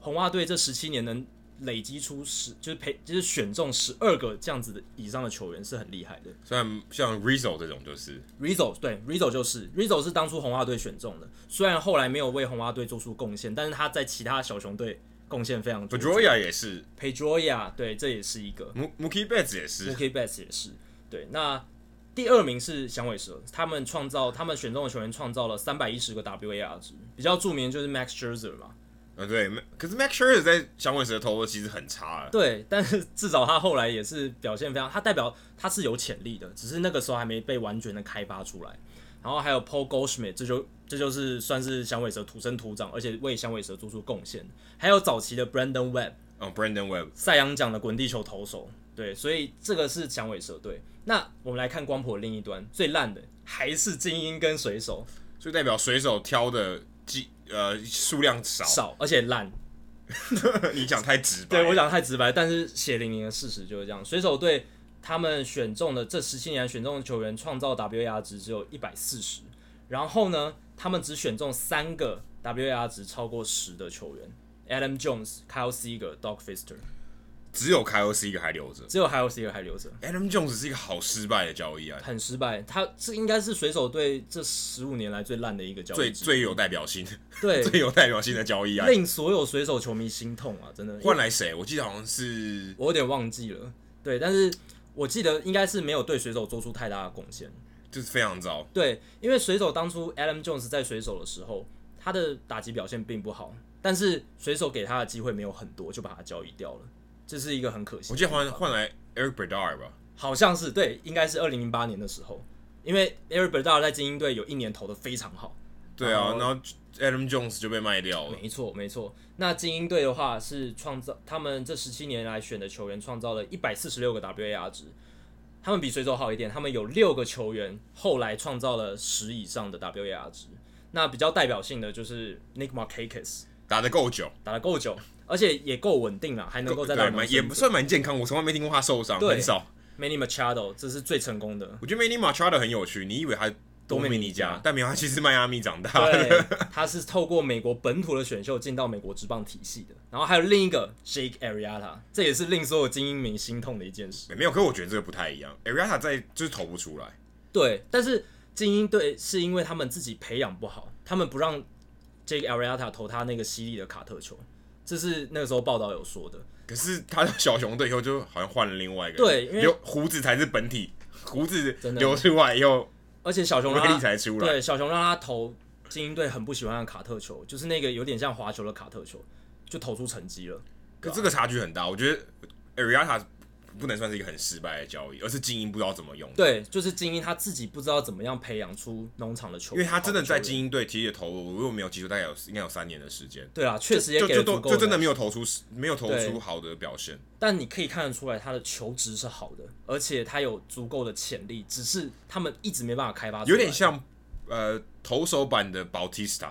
[SPEAKER 1] 红袜队这十七年能累积出十，就是培就是选中十二个这样子的以上的球员是很厉害的。
[SPEAKER 2] 虽然像 Rizzo 这种就是，
[SPEAKER 1] Rizzo 对 Rizzo 就是 Rizzo 是当初红袜队选中的，虽然后来没有为红袜队做出贡献，但是他在其他小熊队贡献非常多。
[SPEAKER 2] b e d r o y a 也是
[SPEAKER 1] Pedroia 对，这也是一个
[SPEAKER 2] Mo-，Mookie Betts 也是
[SPEAKER 1] o，k b e t s 也是对。那第二名是响尾蛇，他们创造他们选中的球员创造了三百一十个 WAR 值，比较著名就是 Max Scherzer 嘛，
[SPEAKER 2] 嗯对，可是 Max Scherzer 在响尾蛇投的其实很差了，啊
[SPEAKER 1] 对，但是至少他后来也是表现非常，他代表他是有潜力的，只是那个时候还没被完全的开发出来。然后还有 Paul Goldschmidt，这就这就是算是响尾蛇土生土长，而且为响尾蛇做出贡献。还有早期的 Brandon Webb，
[SPEAKER 2] 嗯，Brandon Webb
[SPEAKER 1] 赛扬奖的滚地球投手，对，所以这个是响尾蛇队。那我们来看光谱的另一端，最烂的还是精英跟水手，
[SPEAKER 2] 所以代表水手挑的几呃数量少，
[SPEAKER 1] 少而且烂，
[SPEAKER 2] (laughs) 你讲太直白了，
[SPEAKER 1] 对我讲得太直白，但是血淋淋的事实就是这样。水手队他们选中的这十七年选中的球员创造 WAR 值只有一百四十，然后呢，他们只选中三个 WAR 值超过十的球员：Adam Jones、Kyle Seager、Doc Fister，
[SPEAKER 2] 只有 Kyle s e a 还留着
[SPEAKER 1] 只有 Kyle Seager 还留着。
[SPEAKER 2] ，Adam Jones 是一个好失败的交易啊，
[SPEAKER 1] 很失败，他这应该是水手队这十五年来最烂的一个交易
[SPEAKER 2] 最
[SPEAKER 1] 之一，
[SPEAKER 2] 最有代表性、 (laughs) 最
[SPEAKER 1] 对，
[SPEAKER 2] 有代表性的交易啊，
[SPEAKER 1] 令所有水手球迷心痛啊！真的，
[SPEAKER 2] 换来谁？我记得好像是
[SPEAKER 1] 我有点忘记了，对，但是我记得应该是没有对水手做出太大的贡献，
[SPEAKER 2] 就是非常糟，
[SPEAKER 1] 对，因为水手当初 Adam Jones 在水手的时候，他的打击表现并不好，但是水手给他的机会没有很多，就把他交易掉了，这是一个很可惜的
[SPEAKER 2] 我记
[SPEAKER 1] 地
[SPEAKER 2] 得
[SPEAKER 1] 方。
[SPEAKER 2] 换换来 Eric Bedard 吧，
[SPEAKER 1] 好像是对，应该是二零零八年的时候，因为 Eric b e r d a r 在精英队有一年投的非常好，
[SPEAKER 2] 对啊，
[SPEAKER 1] 然后
[SPEAKER 2] 然后 Adam Jones 就被卖掉了，
[SPEAKER 1] 没错，没错。那精英队的话是创造他们这十七年来选的球员创造了一百四十六个 WAR 值，他们比水手好一点，他们有六个球员后来创造了十以上的 WAR 值。那比较代表性的就是 Nick Markakis
[SPEAKER 2] 打得够久，
[SPEAKER 1] 打了够久，而且也够稳定了，还能够在大
[SPEAKER 2] 对，
[SPEAKER 1] 联盟
[SPEAKER 2] 蛮也
[SPEAKER 1] 生
[SPEAKER 2] 不
[SPEAKER 1] 存。
[SPEAKER 2] 算蛮健康，我从来没听过他受伤，
[SPEAKER 1] 对
[SPEAKER 2] 很少。
[SPEAKER 1] Manny Machado 这是最成功的，
[SPEAKER 2] 我觉得 Manny Machado 很有趣，你以为他多米
[SPEAKER 1] 多
[SPEAKER 2] 尼
[SPEAKER 1] 米尼
[SPEAKER 2] 加
[SPEAKER 1] 加，
[SPEAKER 2] 但没有，他其实是迈阿密长大的。
[SPEAKER 1] 对，他是透过美国本土的选秀进到美国职棒体系的。然后还有另一个 Jake Arrieta，这也是令所有精英迷心痛的一件事。
[SPEAKER 2] (laughs) 没有，可是我觉得这个不太一样。Ariata 在就是投不出来，
[SPEAKER 1] 对，但是精英队是因为他们自己培养不好，他们不让 Jake Arrieta 投他那个犀利的卡特球，这是那个时候报道有说的。
[SPEAKER 2] 可是他到小熊队以后就好像换了另外一个
[SPEAKER 1] 对
[SPEAKER 2] 人，
[SPEAKER 1] 因为
[SPEAKER 2] 留胡子才是本体，胡子
[SPEAKER 1] 真的
[SPEAKER 2] 留出来以后
[SPEAKER 1] 而且小熊
[SPEAKER 2] 威
[SPEAKER 1] 让
[SPEAKER 2] 力
[SPEAKER 1] 他
[SPEAKER 2] 才出来。
[SPEAKER 1] 对小熊让他投精英队很不喜欢的卡特球，就是那个有点像滑球的卡特球，就投出成绩了。
[SPEAKER 2] 可这个差距很大，我觉得 Ariata 不能算是一个很失败的交易，而是精英不知道怎么用。
[SPEAKER 1] 对，就是精英他自己不知道怎么样培养出农场的球
[SPEAKER 2] 因
[SPEAKER 1] 员，
[SPEAKER 2] 为他真的在
[SPEAKER 1] 精
[SPEAKER 2] 精英队其实也投，如果没有记错，大概有应该有三年的时间，
[SPEAKER 1] 对啊，确实也
[SPEAKER 2] 就
[SPEAKER 1] 给
[SPEAKER 2] 就
[SPEAKER 1] 了足
[SPEAKER 2] 都
[SPEAKER 1] 够
[SPEAKER 2] 就真的
[SPEAKER 1] 耐
[SPEAKER 2] 没有投出没有投
[SPEAKER 1] 对啊
[SPEAKER 2] 出好的表现。
[SPEAKER 1] 但你可以看得出来，他的求职是好的，而且他有足够的潜力，只是他们一直没办法开发出来。
[SPEAKER 2] 有点像呃投手版的 Bautista，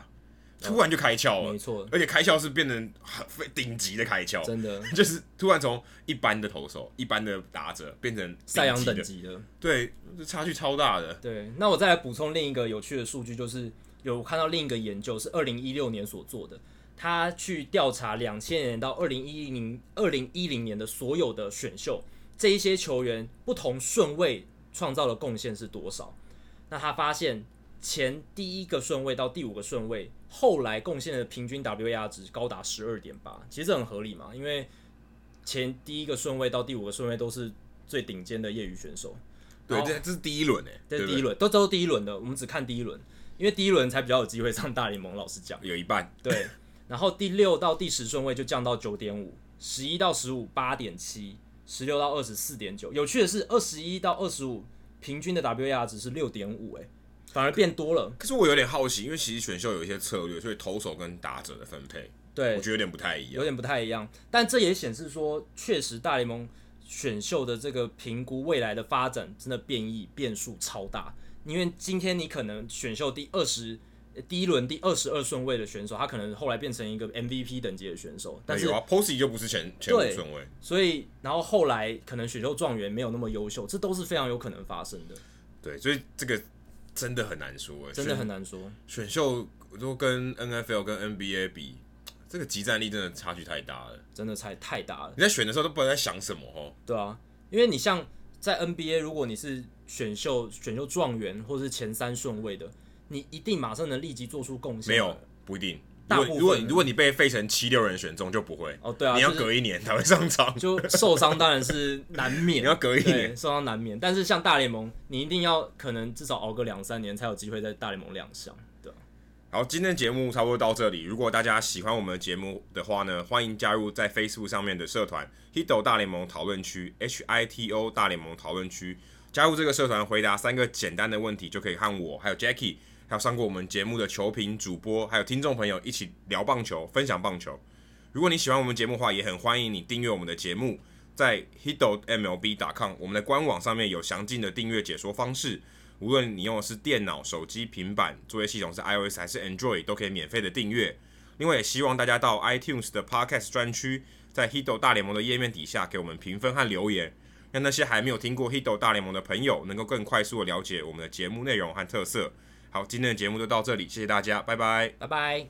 [SPEAKER 2] 突然就开窍了，
[SPEAKER 1] 嗯没
[SPEAKER 2] (laughs)
[SPEAKER 1] 错
[SPEAKER 2] 而且开窍是变成很非顶级的开窍，
[SPEAKER 1] 真的
[SPEAKER 2] (laughs) 就是突然从一般的投手、一般的打者变成
[SPEAKER 1] 赛扬
[SPEAKER 2] 顶级
[SPEAKER 1] 等
[SPEAKER 2] 的，
[SPEAKER 1] 级的。
[SPEAKER 2] 对，这差距超大的。
[SPEAKER 1] 对，那我再来补充另一个有趣的数据，就是有看到另一个研究是二零一六年所做的，他去调查两千年到二零一零二零一零年的所有的选秀，这一些球员不同顺位创造的贡献是多少？那他发现前第一个顺位到第五个顺位，后来贡献的平均 WAR 值高达十二点八，其实这很合理嘛，因为前第一个顺位到第五个顺位都是最顶尖的业余选手，
[SPEAKER 2] 对，
[SPEAKER 1] 好
[SPEAKER 2] 这这是第一轮诶，欸
[SPEAKER 1] 这
[SPEAKER 2] 对
[SPEAKER 1] 是
[SPEAKER 2] 不
[SPEAKER 1] 第一
[SPEAKER 2] 对，
[SPEAKER 1] 轮，都都是第一轮的，我们只看第一轮，因为第一轮才比较有机会上大联盟。老实讲，
[SPEAKER 2] 有一半
[SPEAKER 1] 对，然后第六到第十顺位就降到九点五，十一到十五八点七，十六到二十四点九。有趣的是，二十一到二十五平均的 WAR 值是六点五，哎，反而变多了。
[SPEAKER 2] 可是我有点好奇，因为其实选秀有一些策略，所以投手跟打者的分配，
[SPEAKER 1] 对
[SPEAKER 2] 我，觉得有点不太一
[SPEAKER 1] 有
[SPEAKER 2] 样。
[SPEAKER 1] 点不太一样，但这也显示说，确实大联盟选秀的这个评估未来的发展真的变异变数超大。因为今天你可能选秀第二十第一轮第二十二顺位的选手，他可能后来变成一个 MVP 等级的选手，但是
[SPEAKER 2] 有啊，Posey 就不是前前五
[SPEAKER 1] 对
[SPEAKER 2] 顺位，
[SPEAKER 1] 所以，然后后来可能选秀状元没有那么优秀，这都是非常有可能发生的，
[SPEAKER 2] 对，所以这个真的很难说欸，
[SPEAKER 1] 真的
[SPEAKER 2] 选
[SPEAKER 1] 很难说。
[SPEAKER 2] 选秀都跟 NFL 跟 NBA 比，这个集战力真的差距太大了。
[SPEAKER 1] 真的太太大了，
[SPEAKER 2] 你在选的时候都不知道在想什么哦。
[SPEAKER 1] 对啊，因为你像在 NBA，如果你是选秀选秀状元或是前三顺位的，你一定马上能立即做出贡献。
[SPEAKER 2] 没有，不一定。
[SPEAKER 1] 大
[SPEAKER 2] 如
[SPEAKER 1] 部分
[SPEAKER 2] 果如果
[SPEAKER 1] 人
[SPEAKER 2] 如果你被费城七六人选中就不会，
[SPEAKER 1] 哦，对啊，
[SPEAKER 2] 你要
[SPEAKER 1] 就是
[SPEAKER 2] 隔一年才会上场。
[SPEAKER 1] 就受伤当然是难免，
[SPEAKER 2] (laughs) 你要隔一
[SPEAKER 1] 对
[SPEAKER 2] 年
[SPEAKER 1] 受伤难免。但是像大联盟，你一定要可能至少熬个两三年才有机会在大联盟亮相，对啊
[SPEAKER 2] 好，今天的节目差不多到这里。如果大家喜欢我们的节目的话呢，欢迎加入在 Facebook 上面的社团 Hito 大联盟讨论区 H I T O 大联盟讨论区。加入这个社团，回答三个简单的问题，就可以和我、还有 Jackie，还有上过我们节目的球评主播，还有听众朋友一起聊棒球，分享棒球。如果你喜欢我们节目的话，也很欢迎你订阅我们的节目，在 Hito MLB.com 我们的官网上面有详尽的订阅解说方式。无论你用的是电脑、手机、平板，作业系统是 iOS 还是 Android，都可以免费的订阅。另外，也希望大家到 iTunes 的 Podcast 专区，在 Hito 大联盟的页面底下给我们评分和留言，让那些还没有听过 Hito 大联盟的朋友能够更快速的了解我们的节目内容和特色。好，今天的节目就到这里，谢谢大家，拜拜。
[SPEAKER 1] 拜拜。